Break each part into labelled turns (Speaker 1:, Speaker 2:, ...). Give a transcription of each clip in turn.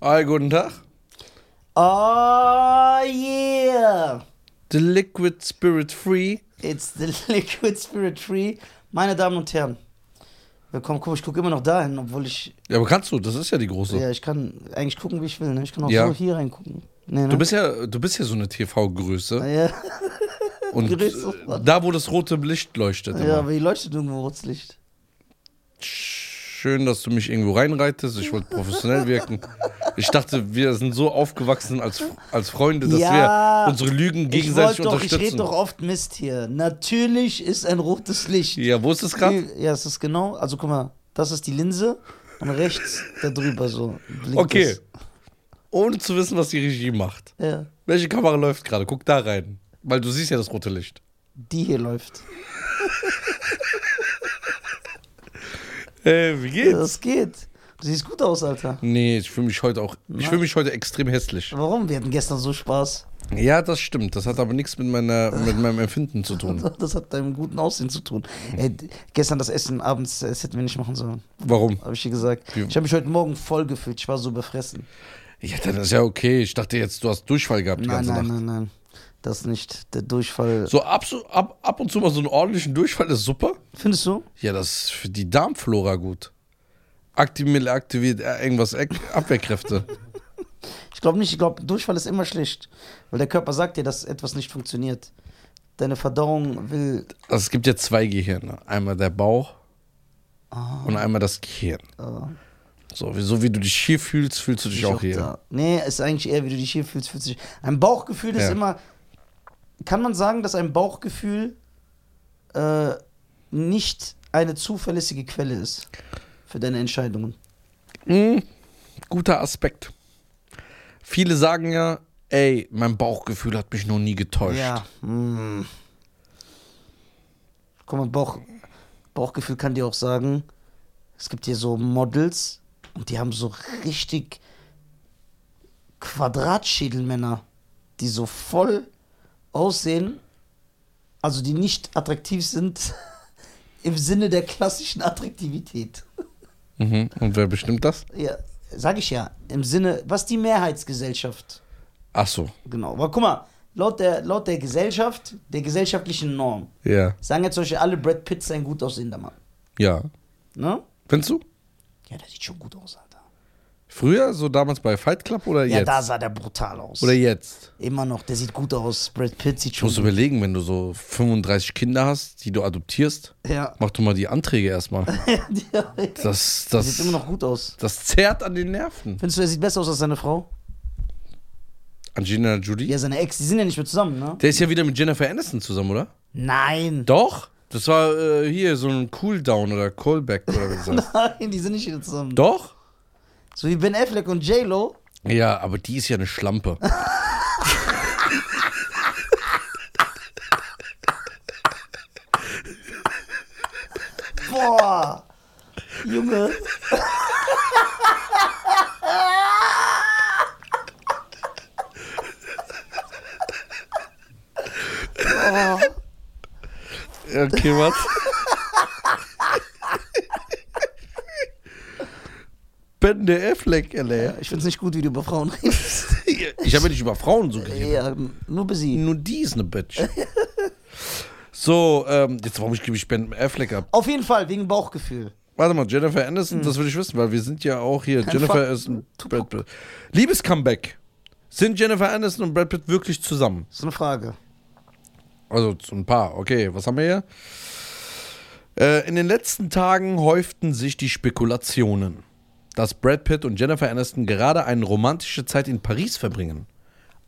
Speaker 1: All guten Tag.
Speaker 2: Oh yeah!
Speaker 1: The Liquid Spirit Free.
Speaker 2: It's the Liquid Spirit Free. Meine Damen und Herren, willkommen. Guck, ich gucke immer noch dahin, obwohl ich.
Speaker 1: Ja, aber kannst du, das ist ja die große.
Speaker 2: Ja, ich kann eigentlich gucken, wie ich will. Ne? Ich kann auch
Speaker 1: Ja.
Speaker 2: so hier reingucken. Nee, ne?
Speaker 1: Du bist ja, du bist ja so eine TV-Größe.
Speaker 2: Ja,
Speaker 1: Und
Speaker 2: Größe.
Speaker 1: äh, da, wo das rote Licht leuchtet.
Speaker 2: ja
Speaker 1: Immer.
Speaker 2: aber hier leuchtet irgendwo rotes Licht.
Speaker 1: Schön, dass du mich irgendwo reinreitest. Ich wollte professionell wirken. Ich dachte, wir sind so aufgewachsen als, als Freunde, dass
Speaker 2: Ja.
Speaker 1: wir unsere Lügen
Speaker 2: Ich
Speaker 1: gegenseitig
Speaker 2: wollte doch, ich
Speaker 1: unterstützen.
Speaker 2: rede doch oft Mist hier. Natürlich ist ein rotes Licht.
Speaker 1: ja, wo ist das gerade?
Speaker 2: Ja, es ist genau. Also guck mal, das ist die Linse und rechts da drüber so. blinkt
Speaker 1: Okay. Ohne zu wissen, was die Regie macht.
Speaker 2: Das. Ja,
Speaker 1: Welche Kamera läuft gerade? Guck da rein. Weil du siehst ja das rote Licht.
Speaker 2: die hier läuft.
Speaker 1: Äh, wie geht's?
Speaker 2: Das geht. Du siehst gut aus, Alter.
Speaker 1: Nee, ich fühle mich heute auch. Ich fühle mich heute extrem hässlich.
Speaker 2: Warum? Wir hatten gestern so Spaß.
Speaker 1: Ja, das stimmt. Das hat aber nichts mit, meiner, mit meinem Empfinden zu tun.
Speaker 2: Das hat mit deinem guten Aussehen zu tun. Ey, d- gestern das Essen abends, das hätten wir nicht machen sollen,
Speaker 1: Warum?
Speaker 2: habe ich dir gesagt. Ich habe mich heute Morgen voll gefühlt. Ich war so befressen.
Speaker 1: Ja, dann ist ja okay. Ich dachte jetzt, du hast Durchfall gehabt die
Speaker 2: Nein,
Speaker 1: ganze
Speaker 2: nein,
Speaker 1: Nacht.
Speaker 2: nein, nein. Das nicht. Der Durchfall.
Speaker 1: So ab, so- ab, ab und zu mal so einen ordentlichen Durchfall ist super.
Speaker 2: Findest du?
Speaker 1: Ja, das ist für die Darmflora gut. Aktimil aktiviert äh, irgendwas Ek- Abwehrkräfte.
Speaker 2: Ich glaube nicht. Ich glaube, Durchfall ist immer schlecht. Weil der Körper sagt dir, dass etwas nicht funktioniert. Deine Verdauung will.
Speaker 1: Also es gibt ja zwei Gehirne. Einmal der Bauch und einmal das Gehirn.
Speaker 2: Ah.
Speaker 1: So, wie- so wie du dich hier fühlst, fühlst du dich
Speaker 2: nicht
Speaker 1: auch hier.
Speaker 2: da. Nee, ist eigentlich eher, wie du dich hier fühlst, fühlst du dich. Ein Bauchgefühl ist
Speaker 1: Ja.
Speaker 2: immer. Kann man sagen, dass ein Bauchgefühl äh, nicht eine zuverlässige Quelle ist für deine Entscheidungen?
Speaker 1: Mm, guter Aspekt. Viele sagen ja, ey, mein Bauchgefühl hat mich noch nie getäuscht.
Speaker 2: Mm. Guck mal, Bauch, Bauchgefühl kann dir auch sagen, es gibt hier so Models und die haben so richtig Quadratschädelmänner, die so voll aussehen, also die nicht attraktiv sind im Sinne der klassischen Attraktivität.
Speaker 1: Mhm. Und wer bestimmt das?
Speaker 2: Ja, sag ich ja, im Sinne, was die Mehrheitsgesellschaft
Speaker 1: Ach so,
Speaker 2: Genau. Aber guck mal, laut der, laut der Gesellschaft, der gesellschaftlichen Norm,
Speaker 1: ja.
Speaker 2: sagen jetzt zum Beispiel alle, Brad Pitt sei ein gut aussehender Mann.
Speaker 1: Ja.
Speaker 2: Ne?
Speaker 1: Findest du?
Speaker 2: Ja, der sieht schon gut aus, Alter.
Speaker 1: Früher, so damals bei Fight Club oder
Speaker 2: Ja,
Speaker 1: jetzt?
Speaker 2: da sah der brutal aus.
Speaker 1: oder jetzt?
Speaker 2: Immer noch, der sieht gut aus. Brad Pitt sieht
Speaker 1: Du musst
Speaker 2: schon gut
Speaker 1: überlegen, wenn du so 35 Kinder hast, die du adoptierst,
Speaker 2: aus. Ja.
Speaker 1: mach du mal die Anträge erstmal.
Speaker 2: ja. Der
Speaker 1: Das,
Speaker 2: sieht
Speaker 1: das,
Speaker 2: immer noch gut aus.
Speaker 1: das zerrt an den Nerven.
Speaker 2: Findest du, er sieht besser aus als seine Frau?
Speaker 1: Angelina Jolie?
Speaker 2: Ja, seine Ex, die sind ja nicht mehr zusammen, ne?
Speaker 1: Der ist ja wieder mit Jennifer Aniston zusammen, oder?
Speaker 2: Nein.
Speaker 1: Doch. Das war äh, hier so ein Cooldown oder Callback oder wie das heißt.
Speaker 2: Nein, die sind nicht wieder zusammen.
Speaker 1: Doch.
Speaker 2: So wie Ben Affleck und J-Lo.
Speaker 1: Ja, aber die ist ja eine Schlampe.
Speaker 2: Boah. Junge.
Speaker 1: Okay, was? Ben der Affleck, Alter.
Speaker 2: Ich find's nicht gut, wie du über Frauen redest.
Speaker 1: Ich habe ja nicht über Frauen so geredet.
Speaker 2: ja, nur über sie.
Speaker 1: Nur die ist eine Bitch. So, ähm, jetzt warum ich gebe ich Ben Affleck ab?
Speaker 2: Auf jeden Fall, wegen Bauchgefühl.
Speaker 1: Warte mal, Jennifer Aniston, das will ich wissen, weil wir sind ja auch hier. Jennifer
Speaker 2: Fuck-
Speaker 1: ist ein Brad Pitt. Liebes Comeback. Sind Jennifer Aniston und Brad Pitt wirklich zusammen?
Speaker 2: So eine Frage.
Speaker 1: Also zu ein paar. Okay, was haben wir hier? Äh, in den letzten Tagen häuften sich die Spekulationen, dass Brad Pitt und Jennifer Aniston gerade eine romantische Zeit in Paris verbringen.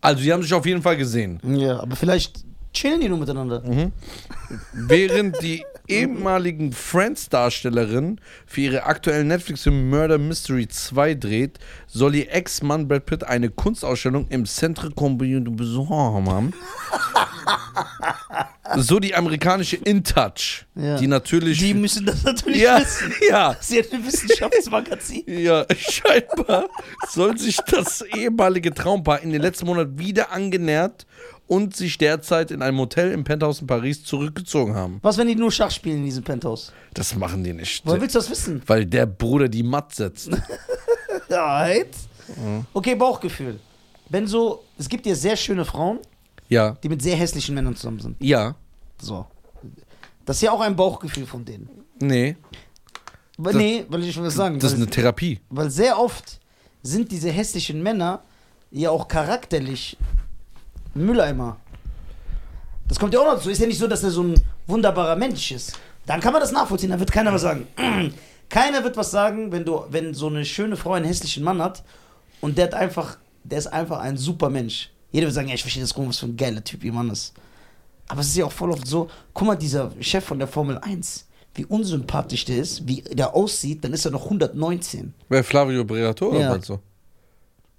Speaker 1: Also, die haben sich auf jeden Fall gesehen.
Speaker 2: Ja, aber vielleicht chillen die nur miteinander.
Speaker 1: Während die ehemaligen Friends-Darstellerin für ihre aktuellen Netflix-Film Murder Mystery 2 dreht, soll ihr Ex-Mann Brad Pitt eine Kunstausstellung im Centre Combien de Besançon haben. So die amerikanische In Touch,
Speaker 2: Ja.
Speaker 1: die natürlich.
Speaker 2: Die müssen das natürlich
Speaker 1: ja,
Speaker 2: wissen.
Speaker 1: ja,
Speaker 2: Sie hat ein Wissenschaftsmagazin.
Speaker 1: ja, scheinbar soll sich das ehemalige Traumpaar in den letzten Monaten wieder angenähert und sich derzeit in einem Hotel im Penthouse in Paris zurückgezogen haben.
Speaker 2: Was, wenn die nur Schach spielen in diesem Penthouse?
Speaker 1: Das machen die nicht.
Speaker 2: Woher willst du das wissen?
Speaker 1: Weil der Bruder die matt setzt.
Speaker 2: Right.
Speaker 1: Mhm.
Speaker 2: Okay, Bauchgefühl. Wenn so, es gibt ja sehr schöne Frauen,
Speaker 1: Ja.
Speaker 2: die mit sehr hässlichen Männern zusammen sind.
Speaker 1: Ja.
Speaker 2: So. Das ist ja auch ein Bauchgefühl von denen.
Speaker 1: Nee.
Speaker 2: Aber nee, weil ich schon was sagen
Speaker 1: Das ist
Speaker 2: weil,
Speaker 1: eine Therapie.
Speaker 2: weil sehr oft sind diese hässlichen Männer ja auch charakterlich Mülleimer. Das kommt ja auch noch dazu. Ist ja nicht so, dass er so ein wunderbarer Mensch ist. Dann kann man das nachvollziehen, dann wird keiner was sagen. Keiner wird was sagen, wenn du, wenn so eine schöne Frau einen hässlichen Mann hat und der hat einfach, der ist einfach ein super Mensch. Jeder wird sagen, ja, ich verstehe das Grund, was für ein geiler Typ ihr Mann ist. Aber es ist ja auch voll oft so, guck mal, dieser Chef von der Formel 1, wie unsympathisch der ist, wie der aussieht, dann ist er noch 119.
Speaker 1: Bei Flavio Briatore
Speaker 2: Ja.
Speaker 1: halt so.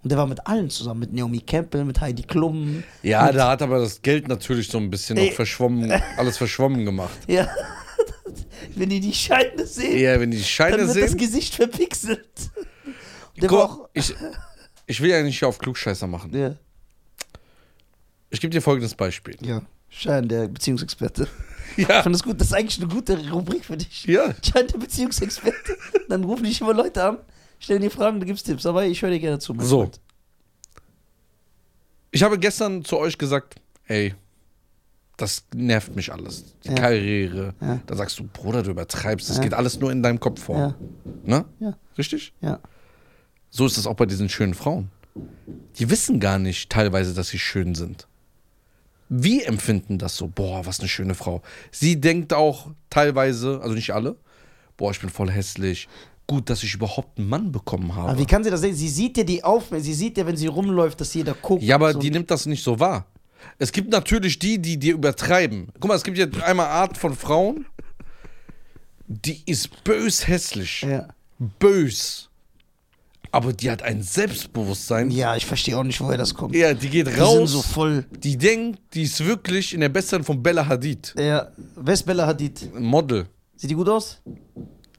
Speaker 2: Und der war mit allen zusammen, mit Naomi Campbell, mit Heidi Klum.
Speaker 1: Ja,
Speaker 2: mit,
Speaker 1: da hat aber das Geld natürlich so ein bisschen
Speaker 2: Ey.
Speaker 1: noch verschwommen, alles verschwommen gemacht.
Speaker 2: Ja. Wenn die die Scheine sehen,
Speaker 1: Ja, wenn die
Speaker 2: dann
Speaker 1: Scheine
Speaker 2: wird das
Speaker 1: sehen.
Speaker 2: Gesicht verpixelt. Und Der war auch,
Speaker 1: Guck, ich, ich will ja nicht hier auf Klugscheißer machen.
Speaker 2: ja,
Speaker 1: Ich gebe dir folgendes Beispiel.
Speaker 2: ja, Schein, der Beziehungsexperte. Ich
Speaker 1: Ja.
Speaker 2: fand das gut, das ist eigentlich eine gute Rubrik für dich.
Speaker 1: Ja.
Speaker 2: Schein, der Beziehungsexperte. Dann rufen dich immer Leute an, stellen dir Fragen, du gibst Tipps. Aber ich höre dir gerne zu. mein
Speaker 1: So.
Speaker 2: Freund.
Speaker 1: Ich habe gestern zu euch gesagt, ey, das nervt mich alles. Die
Speaker 2: Ja.
Speaker 1: Karriere.
Speaker 2: Ja.
Speaker 1: Da sagst du, Bruder, du übertreibst. Das
Speaker 2: Ja.
Speaker 1: geht alles nur in deinem Kopf vor.
Speaker 2: Ja,
Speaker 1: Ne?
Speaker 2: Ja.
Speaker 1: Richtig?
Speaker 2: ja.
Speaker 1: So ist es auch bei diesen schönen Frauen. Die wissen gar nicht teilweise, dass sie schön sind. Wir empfinden das so, boah, was eine schöne Frau. Sie denkt auch teilweise, also nicht alle, boah, ich bin voll hässlich. Gut, dass ich überhaupt einen Mann bekommen habe.
Speaker 2: Aber wie kann sie das sehen? Sie sieht ja die auf, sie sieht ja, wenn sie rumläuft, dass jeder guckt.
Speaker 1: Ja, aber
Speaker 2: so.
Speaker 1: die nimmt das nicht so wahr. Es gibt natürlich die, die dir übertreiben. Guck mal, es gibt ja einmal Art von Frauen, die ist bös hässlich.
Speaker 2: Ja.
Speaker 1: Bös. Aber die hat ein Selbstbewusstsein. Ja,
Speaker 2: ja, ich verstehe auch nicht, woher das kommt.
Speaker 1: die geht
Speaker 2: die sind
Speaker 1: raus.
Speaker 2: so voll.
Speaker 1: die denkt, die ist wirklich in der Besseren von Bella Hadid.
Speaker 2: Ja, Westbella Hadid.
Speaker 1: Ein Model.
Speaker 2: Sieht die gut aus?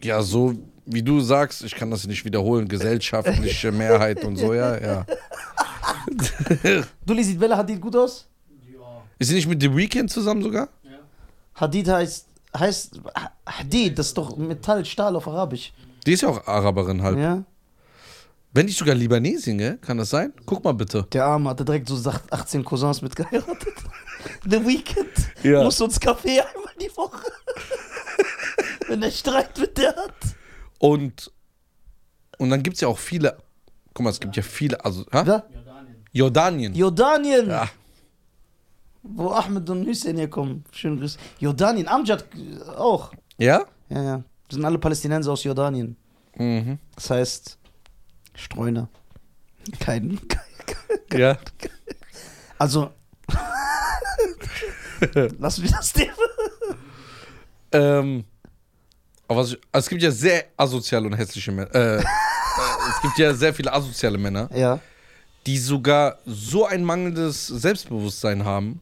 Speaker 1: Ja, so wie du sagst, ich kann das nicht wiederholen, gesellschaftliche Mehrheit und so, ja, ja.
Speaker 2: Dulli, sieht Bella Hadid gut aus?
Speaker 3: Ja.
Speaker 1: Ist sie nicht mit The Weeknd zusammen sogar?
Speaker 3: ja.
Speaker 2: Hadid heißt, heißt, Ha- Hadid, das ist doch Metall, Stahl auf Arabisch.
Speaker 1: Die ist ja auch Araberin halt.
Speaker 2: Ja?
Speaker 1: Wenn nicht sogar Libanesin, gell? kann das sein? Guck mal bitte.
Speaker 2: Der Arme hatte direkt so sach- 18 Cousins mitgeheiratet. The Weekend
Speaker 1: Ja.
Speaker 2: muss uns Kaffee einmal die Woche. Wenn er Streit mit der hat.
Speaker 1: Und, und dann gibt es ja auch viele, guck mal, es gibt ja viele, also, hä?
Speaker 2: Ja?
Speaker 1: Jordanien.
Speaker 3: Jordanien.
Speaker 2: Jordanien,
Speaker 1: Ja.
Speaker 2: wo Ahmed und Hussein herkommen. Schönen Grüß. Jordanien, Amjad äh, auch.
Speaker 1: Ja?
Speaker 2: Ja, ja. Das sind alle Palästinenser aus Jordanien.
Speaker 1: Mhm.
Speaker 2: Das heißt, Streuner. Kein, kein
Speaker 1: Ja.
Speaker 2: Also. Lass mich das Thema.
Speaker 1: Ähm, aber was ich, also es gibt ja sehr asoziale und hässliche Männer. Äh, äh, es gibt ja sehr viele asoziale Männer,
Speaker 2: Ja.
Speaker 1: die sogar so ein mangelndes Selbstbewusstsein haben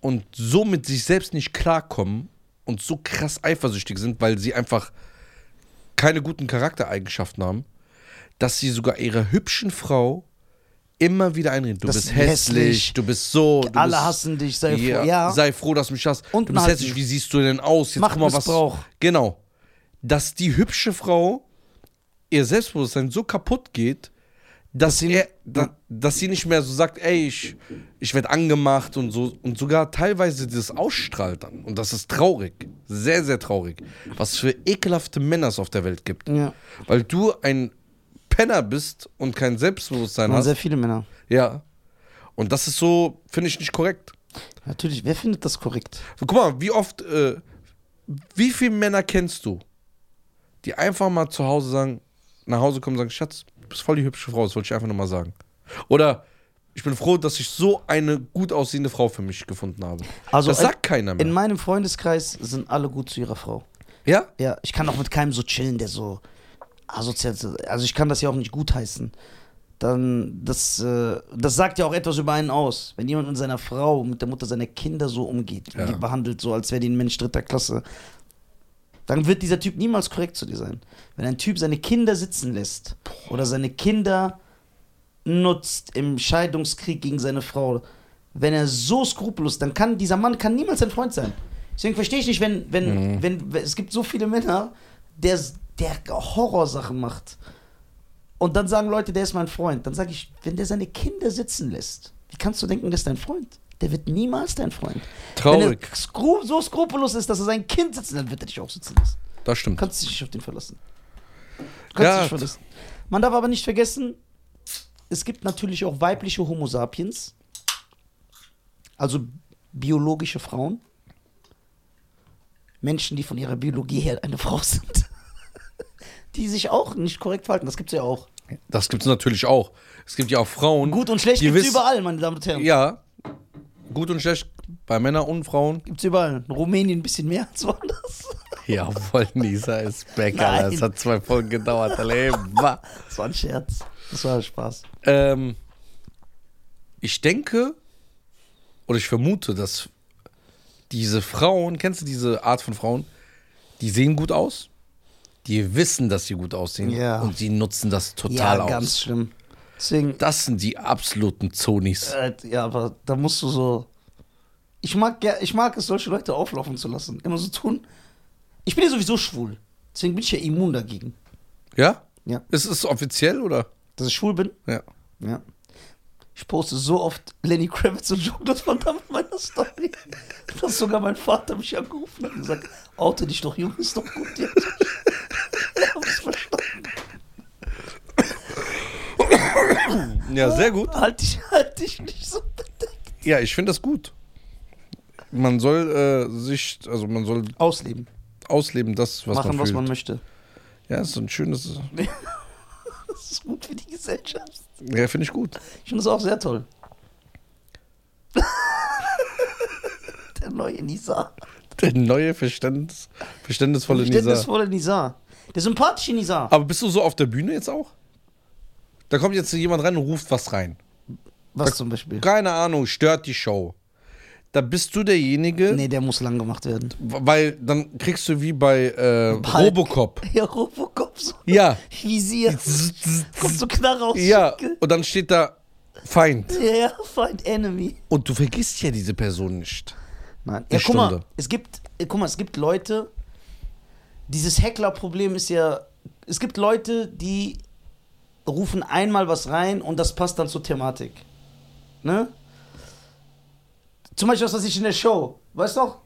Speaker 1: und so mit sich selbst nicht klarkommen und so krass eifersüchtig sind, weil sie einfach keine guten Charaktereigenschaften haben, dass sie sogar ihrer hübschen Frau immer wieder einreden. Du
Speaker 2: Das
Speaker 1: bist
Speaker 2: ist
Speaker 1: hässlich,
Speaker 2: hässlich.
Speaker 1: du bist so. Du
Speaker 2: Alle
Speaker 1: bist,
Speaker 2: hassen dich, sei
Speaker 1: ja,
Speaker 2: froh. Ja.
Speaker 1: Sei froh, dass du mich hast.
Speaker 2: Und
Speaker 1: du bist
Speaker 2: Nazi.
Speaker 1: hässlich, wie siehst du denn aus? Jetzt guck mal, was.
Speaker 2: Machtmissbrauch.
Speaker 1: Genau. Dass die hübsche Frau ihr Selbstbewusstsein so kaputt geht, dass, sie, er, da, dass sie nicht mehr so sagt, ey, ich, ich werde angemacht und so. Und sogar teilweise das ausstrahlt dann. Und das ist traurig. Sehr, sehr traurig. Was für ekelhafte Männer es auf der Welt gibt.
Speaker 2: ja.
Speaker 1: Weil du ein Penner bist und kein Selbstbewusstsein
Speaker 2: Man
Speaker 1: hast.
Speaker 2: sehr viele Männer.
Speaker 1: Ja. Und das ist so, finde ich nicht korrekt.
Speaker 2: Natürlich, wer findet das korrekt?
Speaker 1: So, guck mal, wie oft, äh, wie viele Männer kennst du, die einfach mal zu Hause sagen, nach Hause kommen und sagen, Schatz, du bist voll die hübsche Frau, das wollte ich einfach nur mal sagen. Oder ich bin froh, dass ich so eine gut aussehende Frau für mich gefunden habe.
Speaker 2: Also
Speaker 1: das
Speaker 2: in-
Speaker 1: sagt keiner
Speaker 2: In
Speaker 1: mehr.
Speaker 2: meinem Freundeskreis sind alle gut zu ihrer Frau.
Speaker 1: Ja?
Speaker 2: Ja, ich kann auch mit keinem so chillen, der so asozial ist. Also ich kann das ja auch nicht gutheißen. Dann, das, äh, das sagt ja auch etwas über einen aus. Wenn jemand mit seiner Frau, mit der Mutter seiner Kinder so umgeht, und
Speaker 1: Ja.
Speaker 2: die behandelt so, als wäre die ein Mensch dritter Klasse, dann wird dieser Typ niemals korrekt zu dir sein. Wenn ein Typ seine Kinder sitzen lässt oder seine Kinder nutzt im Scheidungskrieg gegen seine Frau, wenn er so skrupellos, dann kann dieser Mann kann niemals sein Freund sein. Deswegen verstehe ich nicht, wenn, wenn, wenn, es gibt so viele Männer, der, der Horrorsachen macht. Und dann sagen Leute, der ist mein Freund. Dann sage ich, wenn der seine Kinder sitzen lässt, wie kannst du denken, der ist dein Freund? Der wird niemals dein Freund. Wenn
Speaker 1: Traurig.
Speaker 2: er skru so skrupellos ist, dass er sein Kind sitzen lässt, wird er dich auch sitzen lassen.
Speaker 1: Das
Speaker 2: Du
Speaker 1: stimmt.
Speaker 2: kannst dich nicht auf den verlassen. Du kannst
Speaker 1: Ja.
Speaker 2: dich nicht verlassen. Man darf aber nicht vergessen, es gibt natürlich auch weibliche Homo sapiens, also biologische Frauen. Menschen, die von ihrer Biologie her eine Frau sind. Die sich auch nicht korrekt verhalten. Das gibt es ja auch.
Speaker 1: Das gibt es natürlich auch. Es gibt ja auch Frauen.
Speaker 2: Gut und schlecht
Speaker 1: die
Speaker 2: gibt es
Speaker 1: wissen-
Speaker 2: überall, meine Damen und Herren.
Speaker 1: Ja. Gut und schlecht bei Männern und Frauen.
Speaker 2: Gibt es überall. In Rumänien ein bisschen mehr als woanders.
Speaker 1: Jawohl, Nisa ist Bäcker.
Speaker 2: Nein.
Speaker 1: Das hat zwei Folgen gedauert. Alter.
Speaker 2: Das war ein Scherz. Das war Spaß.
Speaker 1: ähm, ich denke oder ich vermute, dass diese Frauen, kennst du diese Art von Frauen, die sehen gut aus, die wissen, dass sie gut aussehen
Speaker 2: Ja.
Speaker 1: und sie nutzen das
Speaker 2: Ja,
Speaker 1: total
Speaker 2: ganz
Speaker 1: aus.
Speaker 2: schlimm. Deswegen,
Speaker 1: Das sind die absoluten Zonis.
Speaker 2: Äh, Ja, aber da musst du so. Ich mag, ger- ich mag es, solche Leute auflaufen zu lassen. Immer so tun. Ich bin ja sowieso schwul. Deswegen bin ich ja immun dagegen.
Speaker 1: Ja?
Speaker 2: Ja.
Speaker 1: Ist es offiziell oder?
Speaker 2: Dass ich schwul bin.
Speaker 1: Ja.
Speaker 2: Ja. Ich poste so oft Lenny Kravitz und Jonas Van Damme in meiner Story, dass sogar mein Vater mich angerufen hat und gesagt Auto dich doch, Junge, ist doch gut. Ja. Ich hab's verstanden.
Speaker 1: Ja, sehr gut.
Speaker 2: Halt dich, halt dich nicht so bedeckt.
Speaker 1: Ja, ich finde das gut. Man soll äh, sich, also man soll
Speaker 2: Ausleben.
Speaker 1: ausleben, das, was
Speaker 2: Machen,
Speaker 1: man
Speaker 2: was
Speaker 1: fühlt.
Speaker 2: man möchte.
Speaker 1: ja, ist so ein schönes.
Speaker 2: Das ist gut für die Gesellschaft.
Speaker 1: Ja, finde ich gut.
Speaker 2: Ich finde das auch sehr toll. Der neue Nisa.
Speaker 1: Der neue Verständnis, verständnisvolle Nisa.
Speaker 2: Verständnisvolle Nisa. Der sympathische Nisa.
Speaker 1: Aber bist du so auf der Bühne jetzt auch? Da kommt jetzt jemand rein und ruft was rein.
Speaker 2: Was zum Beispiel?
Speaker 1: Keine Ahnung, stört die Show. Da bist du derjenige,
Speaker 2: Nee, der muss lang gemacht werden.
Speaker 1: weil dann kriegst du wie bei äh,
Speaker 2: Halt.
Speaker 1: Robocop.
Speaker 2: Ja, Robocop, so
Speaker 1: Ja.
Speaker 2: Visier. Kommst du Knarre aus?
Speaker 1: ja, und dann steht da Feind.
Speaker 2: Ja, ja, find enemy.
Speaker 1: Und du vergisst ja diese Person nicht.
Speaker 2: Nein. Ja,
Speaker 1: Eine
Speaker 2: guck mal,
Speaker 1: Stunde.
Speaker 2: es gibt, äh, guck mal, es gibt Leute, dieses Heckler-Problem ist ja, es gibt Leute, die rufen einmal was rein und das passt dann zur Thematik. Ne? Zum Beispiel, was weiß ich in der Show, weißt du noch?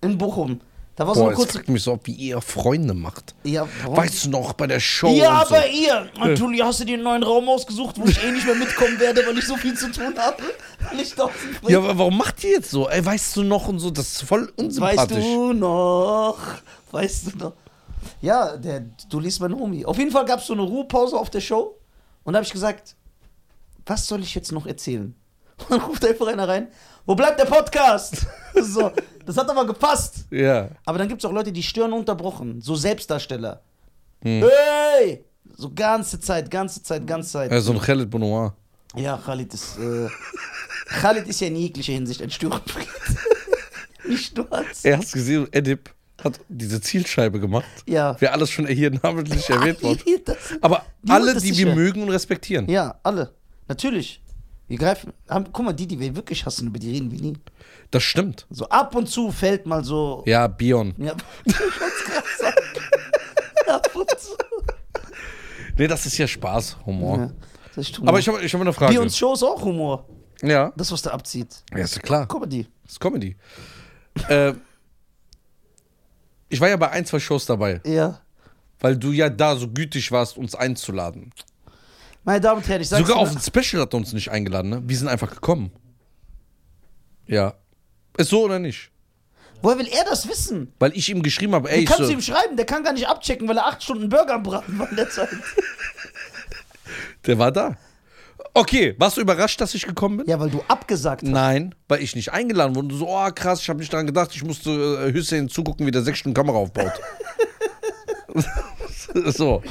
Speaker 2: In Bochum. Da war so
Speaker 1: Boah,
Speaker 2: eine
Speaker 1: jetzt
Speaker 2: kurze.
Speaker 1: fragt mich so, ab, wie ihr Freunde macht.
Speaker 2: Ja, warum?
Speaker 1: Weißt du noch, bei der Show
Speaker 2: ja,
Speaker 1: und so.
Speaker 2: aber ihr, Antulli, hast du dir einen neuen Raum ausgesucht, wo ich eh nicht mehr mitkommen werde, weil ich so viel zu tun habe? Weil ich tausend
Speaker 1: Ja, aber warum macht ihr jetzt so? Ey, weißt du noch und so, das ist voll
Speaker 2: Weißt
Speaker 1: unsympathisch.
Speaker 2: du noch? Weißt du noch? Ja, der, du liest mein Homie. Auf jeden Fall gab es so eine Ruhepause auf der Show und da habe ich gesagt, was soll ich jetzt noch erzählen? Und dann ruft einfach einer rein, wo bleibt der Podcast? so, das hat aber gepasst.
Speaker 1: Ja.
Speaker 2: Aber dann gibt es auch Leute, die stören unterbrochen, so Selbstdarsteller. Hey! So ganze Zeit, ganze Zeit, ganze Zeit.
Speaker 1: ja. Äh, So ein Khaled Bonoir.
Speaker 2: Ja, Khalid ist. Äh, Khalid ist ja in jeglicher Hinsicht ein Störenfried. Nicht nur als.
Speaker 1: Er hat's gesehen, Edip hat diese Zielscheibe gemacht.
Speaker 2: Ja.
Speaker 1: Wer alles schon hier namentlich erwähnt worden.
Speaker 2: Das-
Speaker 1: Aber
Speaker 2: Die
Speaker 1: alle,
Speaker 2: macht das
Speaker 1: die
Speaker 2: sicher.
Speaker 1: wir mögen und respektieren.
Speaker 2: Ja, alle. Natürlich. Wir greifen. Haben, guck mal, die, die wir wirklich hassen, über die reden wir nie.
Speaker 1: Das stimmt.
Speaker 2: So ab und zu fällt mal so.
Speaker 1: Ja, Bion.
Speaker 2: Ja. ich wollt's grad sagen. ab und zu.
Speaker 1: Nee, das ist ja Spaß, Humor.
Speaker 2: Ja, das ist Humor.
Speaker 1: Aber ich habe ich hab eine Frage.
Speaker 2: Wir uns Show ist auch Humor.
Speaker 1: ja.
Speaker 2: Das, was da abzieht.
Speaker 1: ja, ist klar.
Speaker 2: Comedy.
Speaker 1: Das ist Comedy. äh, ich war ja bei ein, zwei Shows dabei,
Speaker 2: Ja.
Speaker 1: weil du ja da so gütig warst, uns einzuladen.
Speaker 2: Meine Damen und Herren, ich sag's
Speaker 1: Sogar
Speaker 2: dir-
Speaker 1: auf ein Special hat er uns nicht eingeladen, ne? Wir sind einfach gekommen. Ja. Ist so oder nicht?
Speaker 2: Woher will er das wissen?
Speaker 1: Weil ich ihm geschrieben habe,
Speaker 2: Wie
Speaker 1: ey,
Speaker 2: kannst
Speaker 1: so-
Speaker 2: du ihm schreiben? Der kann gar nicht abchecken, weil er acht Stunden Burger am Braten war in der Zeit.
Speaker 1: der war da. Okay, warst du überrascht, dass ich gekommen bin?
Speaker 2: Ja, weil du abgesagt hast.
Speaker 1: Nein, weil ich nicht eingeladen wurde. Und du so, oh krass, ich habe nicht dran gedacht, ich musste äh, Hüssein zugucken, wie der sechs Stunden Kamera aufbaut. so.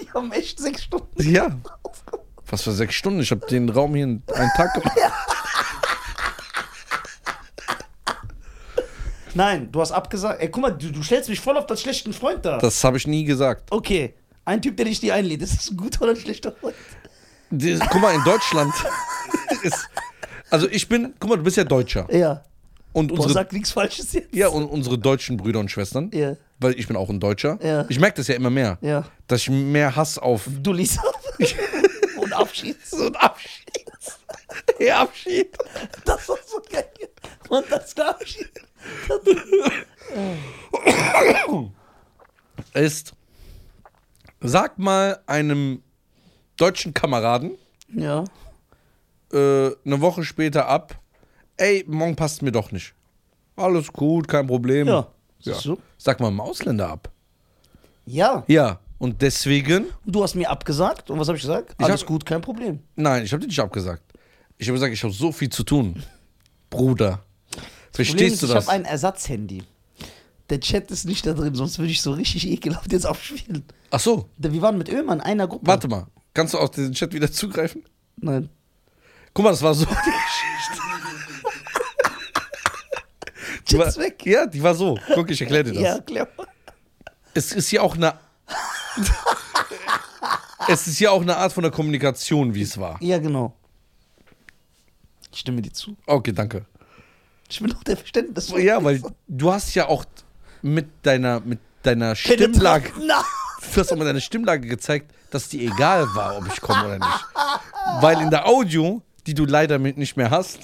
Speaker 2: Die haben echt sechs Stunden
Speaker 1: Ja.
Speaker 2: aufgenommen.
Speaker 1: Was für sechs Stunden? Ich habe den Raum hier in- einen Tag gemacht.
Speaker 2: Nein, du hast abgesagt. Ey, guck mal, du, du stellst mich voll auf das schlechten Freund da.
Speaker 1: Das habe ich nie gesagt.
Speaker 2: Okay, ein Typ, der dich nie einlädt. Ist das ein guter oder ein schlechter Freund?
Speaker 1: Die- Guck mal, in Deutschland ist. Also ich bin, guck mal, du bist ja Deutscher.
Speaker 2: Ja.
Speaker 1: Und
Speaker 2: Boah,
Speaker 1: unsere,
Speaker 2: sag nichts Falsches jetzt.
Speaker 1: ja, und unsere deutschen Brüder und Schwestern,
Speaker 2: Ja.
Speaker 1: weil ich bin auch ein Deutscher,
Speaker 2: Ja.
Speaker 1: ich merke das ja immer mehr,
Speaker 2: Ja.
Speaker 1: dass ich mehr Hass auf
Speaker 2: Du liest ab. Und abschießt.
Speaker 1: so ein Abschied, der Abschied.
Speaker 2: Das war so geil. Und das da abschießt.
Speaker 1: ist, sag mal einem deutschen Kameraden
Speaker 2: Ja.
Speaker 1: äh, eine Woche später ab, ey, morgen passt mir doch nicht. Alles gut, kein Problem.
Speaker 2: Ja.
Speaker 1: ja.
Speaker 2: Siehst du?
Speaker 1: Sag mal einem Ausländer ab.
Speaker 2: Ja.
Speaker 1: Ja, und deswegen,
Speaker 2: Und Du hast mir abgesagt. Und was habe ich gesagt?
Speaker 1: hab-
Speaker 2: Alles gut, kein Problem.
Speaker 1: nein, ich habe dir nicht abgesagt. Ich habe gesagt, ich habe so viel zu tun, Bruder.
Speaker 2: Problem
Speaker 1: Verstehst
Speaker 2: ist,
Speaker 1: du
Speaker 2: ich
Speaker 1: das?
Speaker 2: habe ein Ersatzhandy. Der Chat ist nicht da drin, sonst würde ich so richtig ekelhaft jetzt aufspielen.
Speaker 1: Ach so,
Speaker 2: Wir waren mit Ömer in einer Gruppe.
Speaker 1: warte mal. Kannst du auf den Chat wieder zugreifen?
Speaker 2: Nein.
Speaker 1: Guck mal, das war so. die
Speaker 2: Chat
Speaker 1: war-
Speaker 2: ist weg.
Speaker 1: Ja, die war so. Guck, ich erkläre dir das.
Speaker 2: Ja, klar.
Speaker 1: es ist ja auch eine. es ist ja auch eine Art von der Kommunikation, wie es war.
Speaker 2: Ja, genau. Ich stimme dir zu.
Speaker 1: Okay, danke.
Speaker 2: Ich bin auch der Verständnis.
Speaker 1: Ja, weil du hast ja auch mit deiner, mit deiner Stimmlage,
Speaker 2: Na,
Speaker 1: du hast auch mit deiner Stimmlage gezeigt, dass die egal war, ob ich komme oder nicht. Weil in der Audio, die du leider mit nicht mehr hast,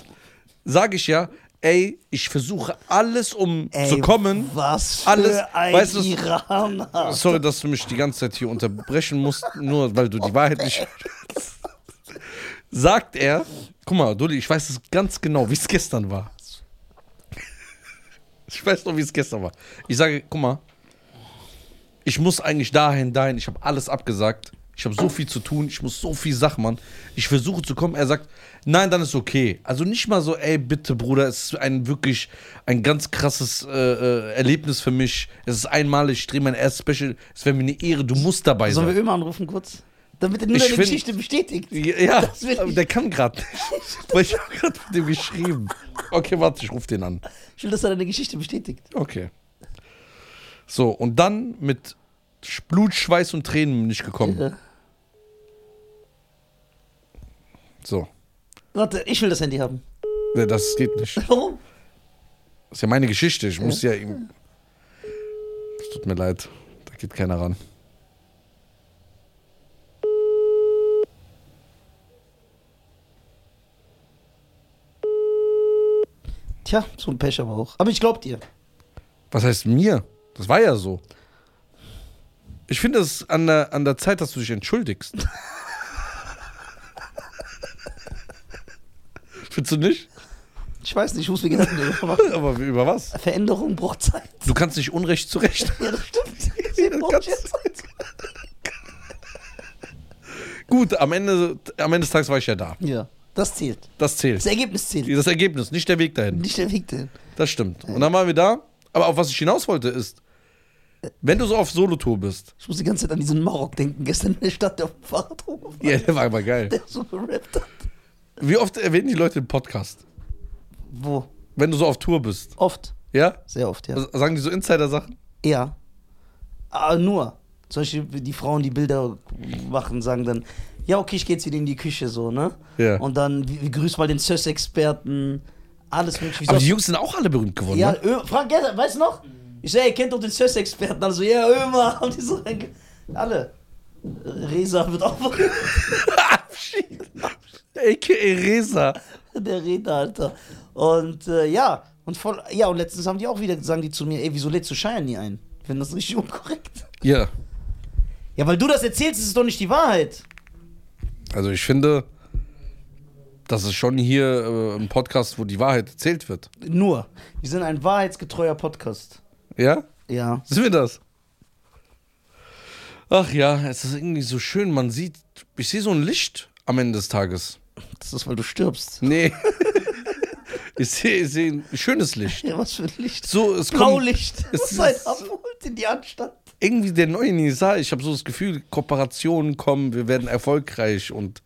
Speaker 1: sage ich ja, ey, ich versuche alles, um
Speaker 2: ey,
Speaker 1: zu kommen.
Speaker 2: Was für
Speaker 1: Alles-
Speaker 2: ein
Speaker 1: weißt du-
Speaker 2: Iraner.
Speaker 1: Sorry, dass du mich die ganze Zeit hier unterbrechen musst, nur weil du die Wahrheit nicht hörst. Sagt er, guck mal, Dulli, ich weiß es ganz genau, wie es gestern war. Ich weiß noch, wie es gestern war. Ich sage, guck mal, ich muss eigentlich dahin, dahin, ich habe alles abgesagt. Ich habe so viel zu tun, ich muss so viel Sachen machen. Ich versuche zu kommen. Er sagt, nein, dann ist okay. Also nicht mal so, ey, bitte, Bruder, es ist ein wirklich ein ganz krasses äh, äh, Erlebnis für mich. Es ist einmalig, ich drehe mein erstes Special. Es wäre mir eine Ehre, du musst dabei
Speaker 2: Sollen
Speaker 1: sein.
Speaker 2: wir Ömer anrufen kurz? Damit er nur
Speaker 1: Ich
Speaker 2: deine
Speaker 1: find-
Speaker 2: Geschichte bestätigt.
Speaker 1: Ja,
Speaker 2: Das will
Speaker 1: aber
Speaker 2: ich.
Speaker 1: der kann gerade nicht. Weil ich habe gerade mit dem geschrieben. Okay, warte, ich rufe den an.
Speaker 2: Ich will, dass er deine Geschichte bestätigt.
Speaker 1: Okay. So, und dann mit Sch- Blut, Schweiß und Tränen nicht gekommen.
Speaker 2: Ja.
Speaker 1: So.
Speaker 2: Warte, ich will das Handy haben.
Speaker 1: Nee, das geht nicht.
Speaker 2: Warum?
Speaker 1: ist ja meine Geschichte. Ich muss ja ihm. Es tut mir leid. Da geht keiner ran.
Speaker 2: Tja, so ein Pech aber auch. Aber ich glaub dir.
Speaker 1: Was heißt mir? Das war ja so. Ich finde es an der, an der Zeit, dass du dich entschuldigst. Findest du nicht?
Speaker 2: Ich weiß nicht, ich muss mir Gedanken darüber machen.
Speaker 1: Aber über was?
Speaker 2: Veränderung braucht Zeit.
Speaker 1: Du kannst nicht Unrecht zurecht.
Speaker 2: Ja,
Speaker 1: das
Speaker 2: das stimmt. braucht
Speaker 1: kannst-
Speaker 2: jetzt Zeit.
Speaker 1: Gut, am Ende, am Ende des Tages war ich ja da.
Speaker 2: Ja, das zählt.
Speaker 1: Das
Speaker 2: Das
Speaker 1: zählt.
Speaker 2: Ergebnis zählt.
Speaker 1: Das Ergebnis, nicht der Weg dahin.
Speaker 2: Nicht der Weg dahin.
Speaker 1: Das stimmt. Und dann waren wir da. Aber auf was ich hinaus wollte ist, wenn du so auf Solo-Tour bist,
Speaker 2: Ich muss die ganze Zeit an diesen Marok denken. Gestern in der Stadt, der auf dem Fahrrad rumgefahren
Speaker 1: ja, der war aber geil.
Speaker 2: der so gerappt hat.
Speaker 1: Wie oft erwähnen die Leute den Podcast,
Speaker 2: Wo?
Speaker 1: wenn du so auf Tour bist?
Speaker 2: Oft.
Speaker 1: Ja?
Speaker 2: Sehr oft, ja.
Speaker 1: Was- Sagen die so Insider-Sachen?
Speaker 2: Ja. Aber nur. Zum Beispiel die Frauen, die Bilder machen, sagen dann, ja, okay, ich gehe jetzt wieder in die Küche, so, ne?
Speaker 1: Ja.
Speaker 2: Und dann, wir wir grüßen mal den SÖS-Experten, alles mögliche.
Speaker 1: Aber
Speaker 2: So-
Speaker 1: die Jungs sind auch alle berühmt geworden,
Speaker 2: ja,
Speaker 1: ne?
Speaker 2: Ö Frank, gestern, weißt du noch? Ich sag, ihr kennt doch den SÖS-Experten, also, ja, Ömer, haben die so reinge- Alle. Reza wird auch
Speaker 1: Abschied. A.k.a. Resa.
Speaker 2: Der Redner, Alter. Und äh, ja, und voll, ja, und letztens haben die auch wieder sagen die zu mir, ey, wieso lädst du Cheyenne nie ein? Ich finde das richtig unkorrekt.
Speaker 1: Ja.
Speaker 2: Ja, weil du das erzählst, ist es doch nicht die Wahrheit.
Speaker 1: Also ich finde, das ist schon hier äh, ein Podcast, wo die Wahrheit erzählt wird.
Speaker 2: Nur, wir sind ein wahrheitsgetreuer Podcast.
Speaker 1: Ja?
Speaker 2: Ja.
Speaker 1: Sind wir das? Ach ja, es ist irgendwie so schön. Man sieht, ich sehe so ein Licht am Ende des Tages.
Speaker 2: Das ist, weil du stirbst.
Speaker 1: Nee. ich sehe ich sehe ein schönes Licht.
Speaker 2: Ja, was für ein Licht.
Speaker 1: So, es kommt
Speaker 2: Blaulicht,
Speaker 1: es
Speaker 2: was einen
Speaker 1: ist-
Speaker 2: abholt in die Anstalt.
Speaker 1: irgendwie der neue Nisa. Ich habe so das Gefühl, Kooperationen kommen, wir werden erfolgreich und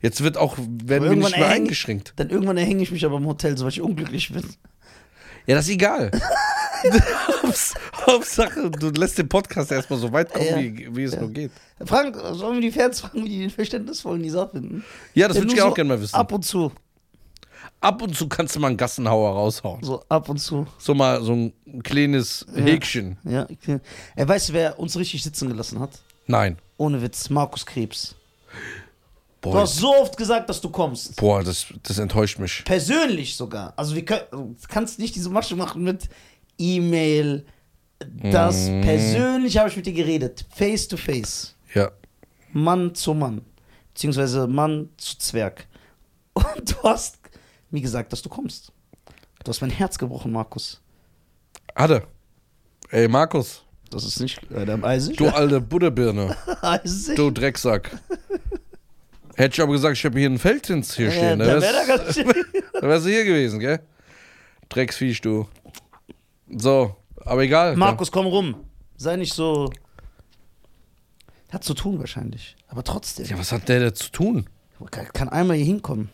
Speaker 1: jetzt wird auch, werden wir nicht mehr
Speaker 2: erhäng-
Speaker 1: eingeschränkt.
Speaker 2: Dann irgendwann erhänge ich mich aber im Hotel, so weil ich unglücklich bin.
Speaker 1: Ja, das ist egal. Haupts- Hauptsache, du lässt den Podcast erstmal so weit kommen,
Speaker 2: Ja.
Speaker 1: wie, wie es nur geht.
Speaker 2: Frank, sollen wir die Fans fragen, wie die den verständnisvollen Nisa finden?
Speaker 1: Ja, das
Speaker 2: Ja,
Speaker 1: würde
Speaker 2: nur
Speaker 1: ich auch
Speaker 2: so
Speaker 1: gerne mal wissen.
Speaker 2: Ab und zu.
Speaker 1: ab und zu kannst du mal einen Gassenhauer raushauen.
Speaker 2: So ab und zu.
Speaker 1: So mal so ein kleines Häkchen.
Speaker 2: Ja, okay. Er weiß, wer uns richtig sitzen gelassen hat.
Speaker 1: Nein.
Speaker 2: Ohne Witz, Markus Krebs. Du
Speaker 1: Boah,
Speaker 2: hast so oft gesagt, dass du kommst.
Speaker 1: boah das, das enttäuscht mich.
Speaker 2: Persönlich sogar. Also wir können, also du kannst nicht diese Masche machen mit E-Mail. Das
Speaker 1: Mhm.
Speaker 2: persönlich habe ich mit dir geredet. Face to face.
Speaker 1: Ja.
Speaker 2: Mann zu Mann. Beziehungsweise Mann zu Zwerg. Und du hast mir gesagt, dass du kommst. Du hast mein Herz gebrochen, Markus.
Speaker 1: Hatte. Ey, Markus,
Speaker 2: Das ist nicht äh, am Eisig.
Speaker 1: du alte Butterbirne,
Speaker 2: Eisig.
Speaker 1: du Drecksack. Hätte ich aber gesagt, ich habe hier einen Feldhins hier
Speaker 2: ja,
Speaker 1: stehen.
Speaker 2: da
Speaker 1: ne?
Speaker 2: wär
Speaker 1: Das-
Speaker 2: der ganz schön.
Speaker 1: Da wärst du hier gewesen, gell? Drecksviech, du. So, aber egal.
Speaker 2: Markus, komm rum. Sei nicht so. Hat zu tun wahrscheinlich. Aber trotzdem.
Speaker 1: Ja, was hat der da zu tun?
Speaker 2: Kann, kann einmal hier hinkommen.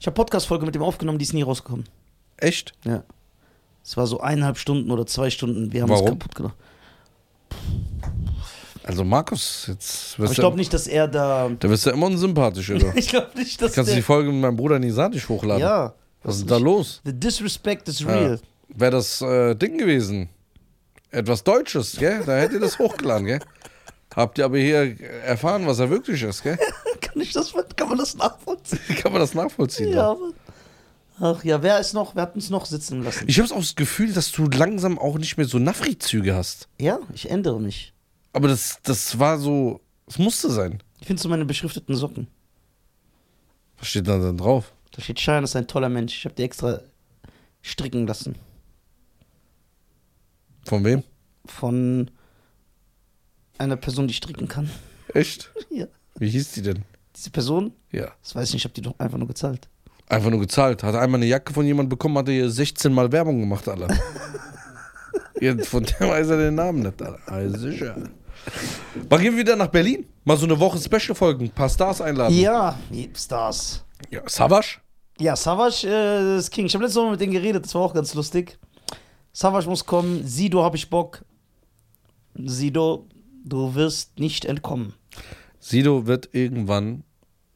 Speaker 2: Ich habe Podcast-Folge mit dem aufgenommen, die ist nie rausgekommen.
Speaker 1: Echt?
Speaker 2: Ja. Es war so eineinhalb Stunden oder zwei Stunden. Wir haben uns
Speaker 1: Warum?
Speaker 2: kaputt gemacht.
Speaker 1: Also, Markus, jetzt
Speaker 2: Aber
Speaker 1: wirst
Speaker 2: ich
Speaker 1: du.
Speaker 2: glaube nicht, dass er da.
Speaker 1: Da wirst du immer unsympathisch, oder?
Speaker 2: Ich glaube nicht, dass
Speaker 1: Kannst du die
Speaker 2: der.
Speaker 1: Folge mit meinem Bruder Nisanisch hochladen?
Speaker 2: ja.
Speaker 1: Was ist da los?
Speaker 2: The disrespect is
Speaker 1: Ja.
Speaker 2: real.
Speaker 1: Wäre das äh, Ding gewesen. Etwas Deutsches, gell? Da hättet ihr das hochgeladen, gell? Habt ihr aber hier erfahren, was er wirklich ist, gell?
Speaker 2: kann ich das, kann man das nachvollziehen?
Speaker 1: Kann man das nachvollziehen?
Speaker 2: Ja,
Speaker 1: Ja.
Speaker 2: aber. Ach ja, wer ist noch? Wer hat uns noch sitzen lassen?
Speaker 1: Ich habe auch das Gefühl, dass du langsam auch nicht mehr so Nafri-Züge hast.
Speaker 2: ja, ich ändere mich.
Speaker 1: Aber das, das war so. Es musste sein.
Speaker 2: Ich finde so meine beschrifteten Socken.
Speaker 1: Was steht da denn drauf?
Speaker 2: Da steht Schein ist ein toller Mensch. Ich habe die extra stricken lassen.
Speaker 1: Von wem?
Speaker 2: Von einer Person, die stricken kann.
Speaker 1: Echt?
Speaker 2: Ja.
Speaker 1: Wie hieß die denn?
Speaker 2: Diese Person,
Speaker 1: Ja.
Speaker 2: das weiß ich nicht, ich habe die doch einfach nur gezahlt.
Speaker 1: Einfach nur gezahlt. Hat einmal eine Jacke von jemandem bekommen, hat er hier 16 Mal Werbung gemacht, Alter. Jetzt von der weiß er den Namen nicht, Alter. Ah, sicher. Wann gehen wir wieder nach Berlin? Mal so eine Woche Special-Folgen, ein paar Stars einladen.
Speaker 2: Ja, die Stars.
Speaker 1: ja Savas?
Speaker 2: Ja, Savage äh, ist King. Ich habe letztes Mal mit denen geredet, das war auch ganz lustig. Savage muss kommen, Sido habe ich Bock. Sido, du wirst nicht entkommen.
Speaker 1: Sido wird irgendwann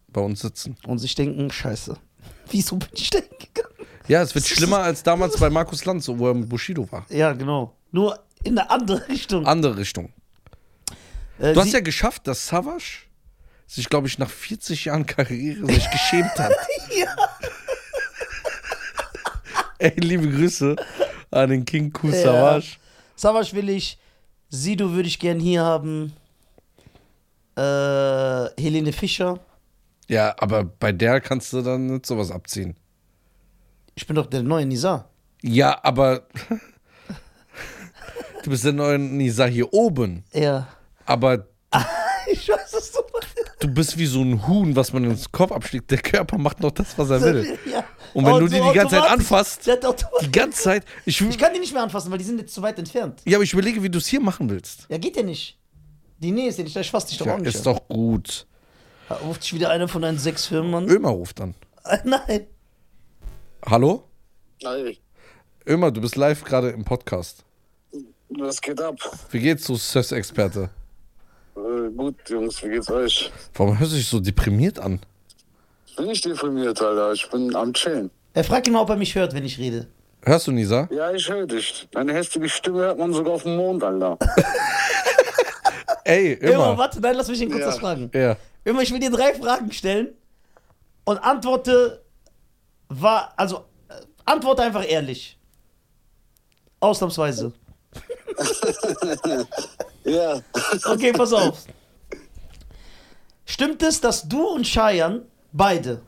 Speaker 1: bei uns sitzen.
Speaker 2: Und sich denken, scheiße, wieso bin ich denn gegangen?
Speaker 1: Ja, es wird schlimmer als damals bei Markus Lanz, wo er mit Bushido war.
Speaker 2: Ja, genau. Nur in eine andere Richtung.
Speaker 1: Andere Richtung.
Speaker 2: Äh,
Speaker 1: Du hast
Speaker 2: Sie-
Speaker 1: ja geschafft, dass Savas sich, glaube ich, nach 40 Jahren Karriere sich geschämt hat.
Speaker 2: ja.
Speaker 1: Ey, liebe Grüße an den King Ku
Speaker 2: Ja.
Speaker 1: Savas.
Speaker 2: Savas will ich. Sido würde ich gern hier haben. Äh, Helene Fischer.
Speaker 1: Ja, aber bei der kannst du dann nicht sowas abziehen.
Speaker 2: Ich bin doch der neue Nisa.
Speaker 1: Ja, aber du bist der neue Nisa hier oben,
Speaker 2: Ja.
Speaker 1: aber
Speaker 2: Ich weiß, was du meinst.
Speaker 1: du bist wie so ein Huhn, was man ins Kopf abschlägt. Der Körper macht noch das, was er will.
Speaker 2: Ja.
Speaker 1: Äh, Und wenn du die die ganze Zeit
Speaker 2: automatisch-
Speaker 1: anfasst,
Speaker 2: Der hat automatisch-
Speaker 1: die ganze Zeit, ich,
Speaker 2: Ich kann die nicht mehr anfassen, weil die sind jetzt zu weit entfernt.
Speaker 1: ja, aber ich überlege, wie du es hier machen willst.
Speaker 2: Ja, geht ja nicht. Die Nähe ist ja nicht, da ich fass dich doch
Speaker 1: Ja,
Speaker 2: auch nicht.
Speaker 1: ist
Speaker 2: an.
Speaker 1: doch gut.
Speaker 2: Da ruft sich wieder einer von deinen sechs Firmen an.
Speaker 1: Ömer ruft dann.
Speaker 2: Nein.
Speaker 1: Hallo?
Speaker 3: Hi,
Speaker 1: Ömer, du bist live gerade im Podcast.
Speaker 3: was geht ab?
Speaker 1: Wie geht's, du Sess-Experte?
Speaker 3: Äh, gut, Jungs, wie geht's euch?
Speaker 1: Warum hörst du dich so deprimiert an?
Speaker 3: Bin ich deprimiert, Alter? Ich bin am Chillen.
Speaker 2: Er fragt ihn mal, ob er mich hört, wenn ich rede.
Speaker 1: Hörst du, Nisa?
Speaker 3: Ja, ich höre dich. Deine hässliche Stimme hört man sogar auf dem Mond, Alter.
Speaker 1: Ey,
Speaker 2: Immer,
Speaker 1: Ömer.
Speaker 2: warte, nein, lass mich ihn kurz
Speaker 3: Ja.
Speaker 2: was fragen.
Speaker 1: Ja.
Speaker 2: Immer, ich will dir drei Fragen stellen und antworte war, also äh, antworte einfach ehrlich. Ausnahmsweise.
Speaker 3: Ja,
Speaker 2: Okay, pass auf. Stimmt es, dass du und Cheyenne beide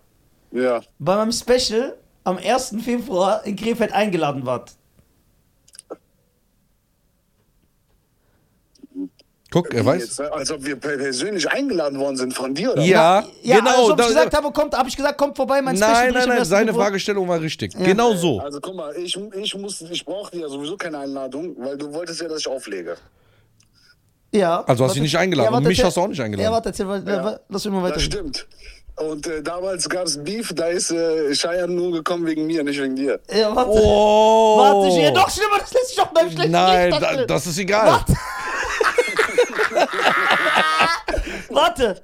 Speaker 3: ja,
Speaker 2: bei meinem Special am 1. Februar in Krefeld eingeladen wart?
Speaker 1: Guck, er weiß.
Speaker 3: Jetzt, äh, als ob wir per- persönlich eingeladen worden sind von dir, oder?
Speaker 1: Ja,
Speaker 2: ja
Speaker 1: genau.
Speaker 2: als ob ich
Speaker 1: da-
Speaker 2: gesagt
Speaker 1: da-
Speaker 2: habe, kommt, habe ich gesagt, kommt vorbei, mein Special.
Speaker 1: nein,
Speaker 2: bring ich
Speaker 1: nein,
Speaker 2: am
Speaker 1: nein,
Speaker 2: 1.
Speaker 1: seine
Speaker 2: Februar.
Speaker 1: Fragestellung war richtig. Genau so.
Speaker 3: Also guck mal, ich, ich muss, ich brauche dir ja sowieso keine Einladung, weil du wolltest ja, dass ich auflege.
Speaker 2: Ja.
Speaker 1: Also hast du ihn nicht eingeladen und mich
Speaker 2: erzähl-
Speaker 1: hast du auch nicht eingeladen.
Speaker 2: Ja, warte, erzähl, warte,
Speaker 3: Ja.
Speaker 2: warte, lass mich mal weiter.
Speaker 3: Das stimmt. Und äh, damals gab's Beef, da ist äh, Cheyenne nur gekommen wegen mir, nicht wegen dir.
Speaker 2: Ja, warte.
Speaker 1: Oh.
Speaker 2: Warte, ich, ja, doch, schlimmer, das lässt sich doch beim schlechten
Speaker 1: Nein,
Speaker 2: Licht
Speaker 1: da,
Speaker 2: abbilden.
Speaker 1: das ist egal.
Speaker 2: Warte. Warte.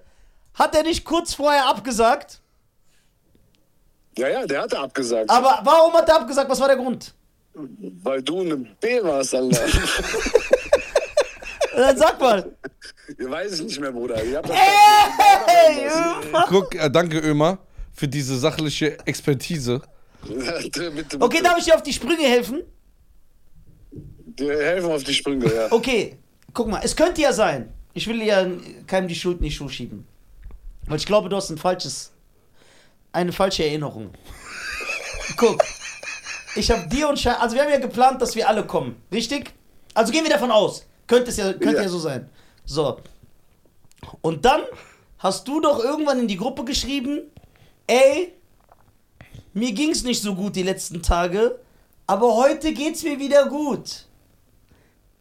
Speaker 2: Hat er nicht kurz vorher abgesagt?
Speaker 3: Ja, ja, der hatte abgesagt.
Speaker 2: Aber warum hat er abgesagt? Was war der Grund?
Speaker 3: Weil du eine B warst, Alter.
Speaker 2: Dann Äh, sag mal.
Speaker 3: ich weiß es nicht mehr, Bruder. Ich hab das
Speaker 2: Ey,
Speaker 1: Guck, äh, danke Ömer für diese sachliche Expertise.
Speaker 3: bitte, bitte.
Speaker 2: okay, darf ich dir auf die Sprünge helfen?
Speaker 3: Wir helfen auf die Sprünge,
Speaker 2: Oh,
Speaker 3: ja.
Speaker 2: Okay, guck mal, es könnte ja sein. Ich will ja keinem die Schuld in die Schuhe schieben. Weil ich glaube, du hast ein falsches, eine falsche Erinnerung. Guck, ich habe dir und Schein, also wir haben ja geplant, dass wir alle kommen, richtig? Also gehen wir davon aus. Könnte es ja, könnte ja.
Speaker 3: Ja.
Speaker 2: so sein. So. Und dann hast du doch irgendwann in die Gruppe geschrieben, ey, mir ging's nicht so gut die letzten Tage, aber heute geht's mir wieder gut.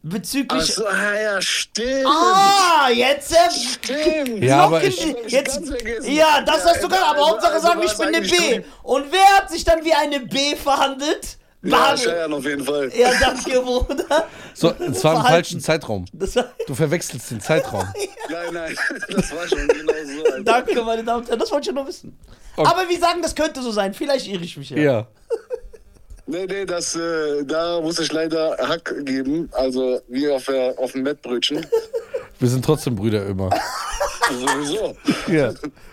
Speaker 2: Bezüglich
Speaker 3: Ach so, ah, ja, stimmt.
Speaker 2: Ah, jetzt. Äh,
Speaker 3: Stimmt.
Speaker 1: Ja, aber
Speaker 2: Locken-
Speaker 1: ich-
Speaker 3: Hab ich
Speaker 2: jetzt,
Speaker 3: ganz vergessen.
Speaker 2: ja, das
Speaker 3: Ja,
Speaker 2: hast du
Speaker 3: ja,
Speaker 2: gar aber
Speaker 3: also-
Speaker 2: Hauptsache
Speaker 3: also
Speaker 2: sagen,
Speaker 3: war
Speaker 2: ich
Speaker 3: es
Speaker 2: bin eine
Speaker 3: eigentlich
Speaker 2: B.
Speaker 3: gut.
Speaker 2: Und wer hat sich dann wie eine B verhandelt?
Speaker 3: Ja, äh,
Speaker 2: Babel.
Speaker 3: Scheiern auf jeden Fall.
Speaker 2: Ja, danke, Bruder.
Speaker 1: So, es war im
Speaker 2: Verhalten.
Speaker 1: falschen Zeitraum.
Speaker 2: Das war,
Speaker 1: Du verwechselst den Zeitraum.
Speaker 3: Nein, nein, das war schon genau so. Alter.
Speaker 2: danke, meine Damen und Herren, das wollte ich nur wissen.
Speaker 1: Okay.
Speaker 2: Aber wir sagen, das könnte so sein. Vielleicht irre ich mich ja.
Speaker 1: Ja.
Speaker 3: Nee, nee, das, äh, da muss ich leider Hack geben. Also, wie auf, äh, auf dem Mettbrötchen.
Speaker 1: Wir sind trotzdem Brüder Ömer.
Speaker 3: Sowieso.
Speaker 1: Ja.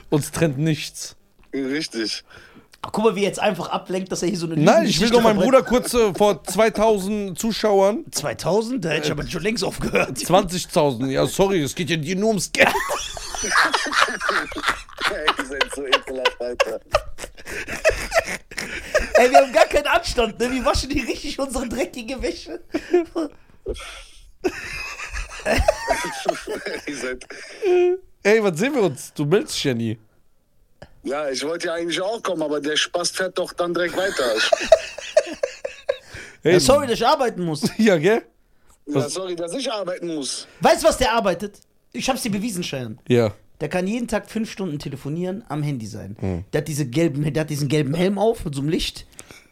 Speaker 1: Uns trennt nichts.
Speaker 3: Richtig.
Speaker 2: Ach, guck mal, wie er jetzt einfach ablenkt, dass er hier so eine
Speaker 1: Nein, ich will
Speaker 2: Lügengeschichte
Speaker 1: doch meinen
Speaker 2: verbreitet.
Speaker 1: Bruder kurz äh, vor 2000 Zuschauern.
Speaker 2: 2000? Da
Speaker 3: Äh,
Speaker 2: hätte ich aber schon längst aufgehört.
Speaker 1: 20.000, ja, sorry, es geht ja dir nur ums Geld.
Speaker 3: Ey, ihr seid so ekelhaft, Alter.
Speaker 2: Ey, wir haben gar keinen Anstand, ne? Wir waschen hier richtig unsere dreckige Wäsche.
Speaker 3: ihr seid.
Speaker 1: Ey, was sehen wir uns? Du meldest dich ja nie.
Speaker 3: Ja, ich wollte ja eigentlich auch kommen, aber der Spaß fährt doch dann direkt weiter. Ich-
Speaker 1: Ey,
Speaker 2: Ja, Äh, sorry, dass ich arbeiten muss.
Speaker 1: Ja, gell?
Speaker 3: Ja, sorry, dass ich arbeiten muss.
Speaker 2: Weißt du, was der arbeitet? Ich hab's dir bewiesen, Cheyenne.
Speaker 1: Ja.
Speaker 2: Der kann jeden Tag fünf Stunden telefonieren, am Handy sein.
Speaker 3: Hm.
Speaker 2: Der, hat diese gelben, der hat diesen gelben Helm auf mit so einem Licht.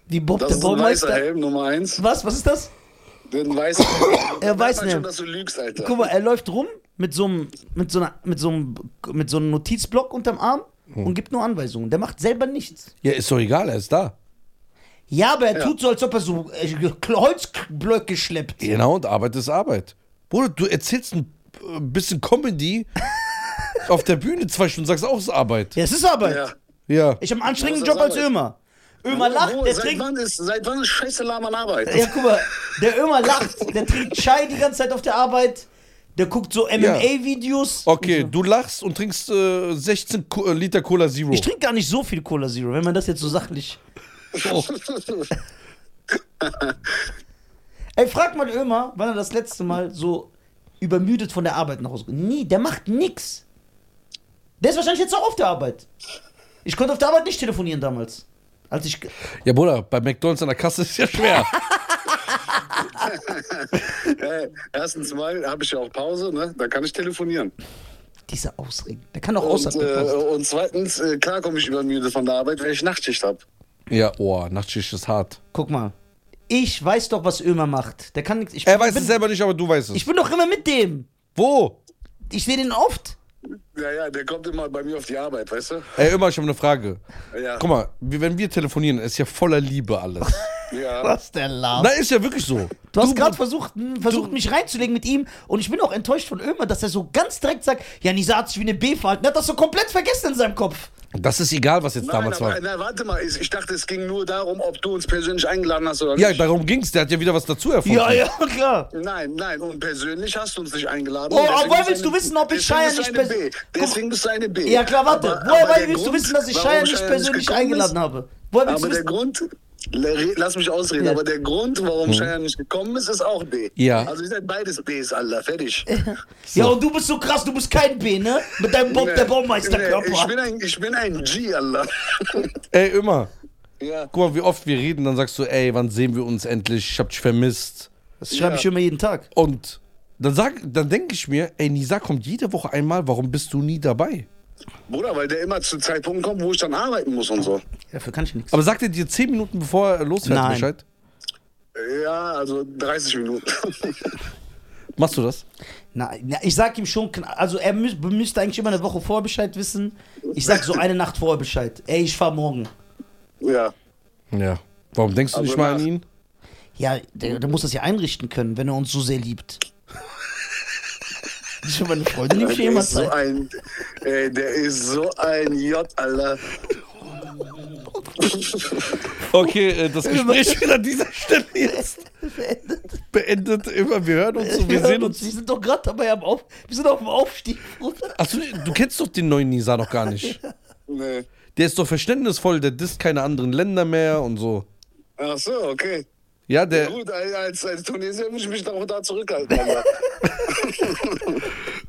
Speaker 2: Wie Bob
Speaker 3: Das
Speaker 2: der
Speaker 3: ist ein weißer
Speaker 2: Baumeister.
Speaker 3: Helm, Nummer eins.
Speaker 2: Was? Was ist das?
Speaker 3: Den weißen Helm.
Speaker 2: Er weiß
Speaker 3: Da merkt man
Speaker 2: nicht.
Speaker 3: schon, dass du lügst, Alter.
Speaker 2: Guck mal, er läuft rum mit so einem, mit so einer, mit so einem, mit so einem Notizblock unterm Arm
Speaker 3: Hm.
Speaker 2: und gibt nur Anweisungen. Der macht selber nichts.
Speaker 1: Ja, ist doch egal, er ist da.
Speaker 2: Ja, aber er
Speaker 3: Ja.
Speaker 2: tut so, als ob er so äh, Holzblöcke schleppt.
Speaker 1: Genau, und Arbeit ist Arbeit. Bruder, du erzählst ein äh, bisschen Comedy auf der Bühne zwei Stunden, sagst auch, es ist Arbeit.
Speaker 2: Ja, es ist Arbeit.
Speaker 3: Ja.
Speaker 1: Ja.
Speaker 2: Ich habe einen anstrengenden
Speaker 3: Wo ist
Speaker 2: Job als
Speaker 3: das Arbeit?
Speaker 2: Ömer. Ömer lacht,
Speaker 3: Wo-
Speaker 2: der
Speaker 3: seit,
Speaker 2: trinkt
Speaker 3: wann ist, seit wann ist scheiße lahm an Arbeit?
Speaker 2: Ja, guck mal, der Ömer lacht, der trinkt Chai die ganze Zeit auf der Arbeit, der guckt so MMA-Videos.
Speaker 1: Okay, du lachst und trinkst äh, 16 Co äh, Liter Cola Zero.
Speaker 2: Ich trinke gar nicht so viel Cola Zero, wenn man das jetzt so sachlich. Ey, frag mal Ömer, wann er das letzte Mal so übermüdet von der Arbeit nach Hause kommt. Nie, der macht nix. Der ist wahrscheinlich jetzt auch auf der Arbeit. Ich konnte auf der Arbeit nicht telefonieren damals. Als ich.
Speaker 1: Ja, Bruder, bei McDonalds an der Kasse ist ja schwer.
Speaker 3: Äh, erstens mal habe ich ja auch Pause, ne? Da kann ich telefonieren.
Speaker 2: Diese Ausreden. Der kann auch
Speaker 3: Und,
Speaker 2: außerhalb der
Speaker 3: äh,
Speaker 2: Pause.
Speaker 3: und zweitens, äh, klar komme ich übermüdet von der Arbeit, weil ich Nachtschicht habe.
Speaker 1: ja, oh, Nachtschicht ist hart.
Speaker 2: Guck mal. Ich weiß doch, was Ömer macht. Der kann nichts. Ich,
Speaker 1: Er weiß
Speaker 2: bin,
Speaker 1: es selber nicht, aber du weißt es.
Speaker 2: ich bin doch immer mit dem.
Speaker 1: Wo?
Speaker 2: Ich sehe den oft.
Speaker 3: Ja, ja, der kommt immer bei mir auf die Arbeit, weißt du?
Speaker 1: Ey, immer, ich habe eine Frage.
Speaker 3: Ja.
Speaker 1: Guck mal, wie- wenn wir telefonieren, ist ja voller Liebe alles.
Speaker 3: Ja.
Speaker 2: Was der Lars?
Speaker 1: Na, ist ja wirklich so.
Speaker 2: Du hast gerade versucht, m, versucht mich reinzulegen mit ihm und ich bin auch enttäuscht von Ömer, dass er so ganz direkt sagt, ja, Nisa hat sich wie eine B verhalten. Er hat das so komplett vergessen in seinem Kopf.
Speaker 1: Das ist egal, was jetzt
Speaker 3: Nein,
Speaker 1: damals
Speaker 3: aber,
Speaker 1: war.
Speaker 3: na, warte mal, ich, ich dachte, es ging nur darum, ob du uns persönlich eingeladen hast oder
Speaker 1: Ja,
Speaker 3: nicht.
Speaker 1: darum ging's. Der hat ja wieder was dazu erfunden.
Speaker 2: Ja, ja, klar.
Speaker 3: Nein, nein, und persönlich hast du uns nicht eingeladen.
Speaker 2: Oh, aber
Speaker 3: Deswegen
Speaker 2: woher
Speaker 3: bist
Speaker 2: willst du
Speaker 3: eine-
Speaker 2: wissen, ob ich
Speaker 3: deswegen
Speaker 2: Scheier
Speaker 3: bist du
Speaker 2: nicht
Speaker 3: eine
Speaker 2: pers-
Speaker 3: B.
Speaker 2: Guck-
Speaker 3: Deswegen bist du eine B.
Speaker 2: Ja, klar, warte.
Speaker 3: Aber- aber
Speaker 2: Woher
Speaker 3: der
Speaker 2: willst du
Speaker 3: Grund,
Speaker 2: wissen, dass ich
Speaker 3: warum äh,
Speaker 2: Scheier nicht persönlich
Speaker 3: gekommen
Speaker 2: eingeladen
Speaker 3: ist,
Speaker 2: habe? Woher willst du
Speaker 3: Aber der
Speaker 2: wissen?
Speaker 3: Grund, le- lass mich ausreden,
Speaker 2: Ja. Hm.
Speaker 3: aber der Grund, warum Cheyenne nicht gekommen ist, ist auch B.
Speaker 1: Ja.
Speaker 3: Also ihr seid beides Bs, Alter, fertig.
Speaker 2: Ja, und du bist so krass, du bist kein B, ne? Mit deinem Bob der
Speaker 3: Nee, nee, Ich
Speaker 2: Baumeisterkörper.
Speaker 3: bin ein, ich bin ein G, Alter.
Speaker 1: Ey, immer.
Speaker 3: ja.
Speaker 1: Guck mal, wie oft wir reden, dann sagst du, ey, wann sehen wir uns endlich? Ich hab dich vermisst.
Speaker 2: das schreibe ich
Speaker 3: Ja.
Speaker 2: immer jeden Tag.
Speaker 1: Und dann, sag- dann denke ich mir, ey, Nisa kommt jede Woche einmal, warum bist du nie dabei?
Speaker 3: Bruder, weil der immer zu Zeitpunkten kommt, wo ich dann arbeiten muss und so.
Speaker 2: Dafür kann ich nichts.
Speaker 1: Aber sagt er dir zehn Minuten bevor er losfährt
Speaker 2: Nein.
Speaker 1: Bescheid?
Speaker 3: Ja, also 30 Minuten.
Speaker 1: Machst du das?
Speaker 2: Na, na, ich sag ihm schon, kn- also er müß, müsste eigentlich immer eine Woche vorher Bescheid wissen. Ich sag so eine Nacht vorher Bescheid. Ey, ich fahr morgen.
Speaker 3: Ja.
Speaker 1: Ja. Warum denkst du
Speaker 3: Also
Speaker 1: nicht mal an
Speaker 3: nach-
Speaker 1: ihn?
Speaker 2: Ja, der, der muss das ja einrichten können, wenn er uns so sehr liebt. Ich für meine Freundin nimmt schon
Speaker 3: Der
Speaker 2: jemand
Speaker 3: ist so
Speaker 2: Zeit.
Speaker 3: ein, ey, der ist so ein J, Alter.
Speaker 1: Okay, äh, das Gespräch wird an dieser Stelle jetzt beendet. Immer, wir hören uns und wir sehen uns.
Speaker 2: Wir sind doch gerade dabei am Auf. Wir sind auf dem Aufstieg, Bruder.
Speaker 1: Achso, du kennst doch den neuen Nisa noch gar nicht.
Speaker 3: Nee.
Speaker 1: Der ist doch verständnisvoll, der disst keine anderen Länder mehr und so.
Speaker 3: Ach so, okay.
Speaker 1: Ja, der.
Speaker 3: Gut, als, als Tunesier muss ich mich doch da zurückhalten. Alter.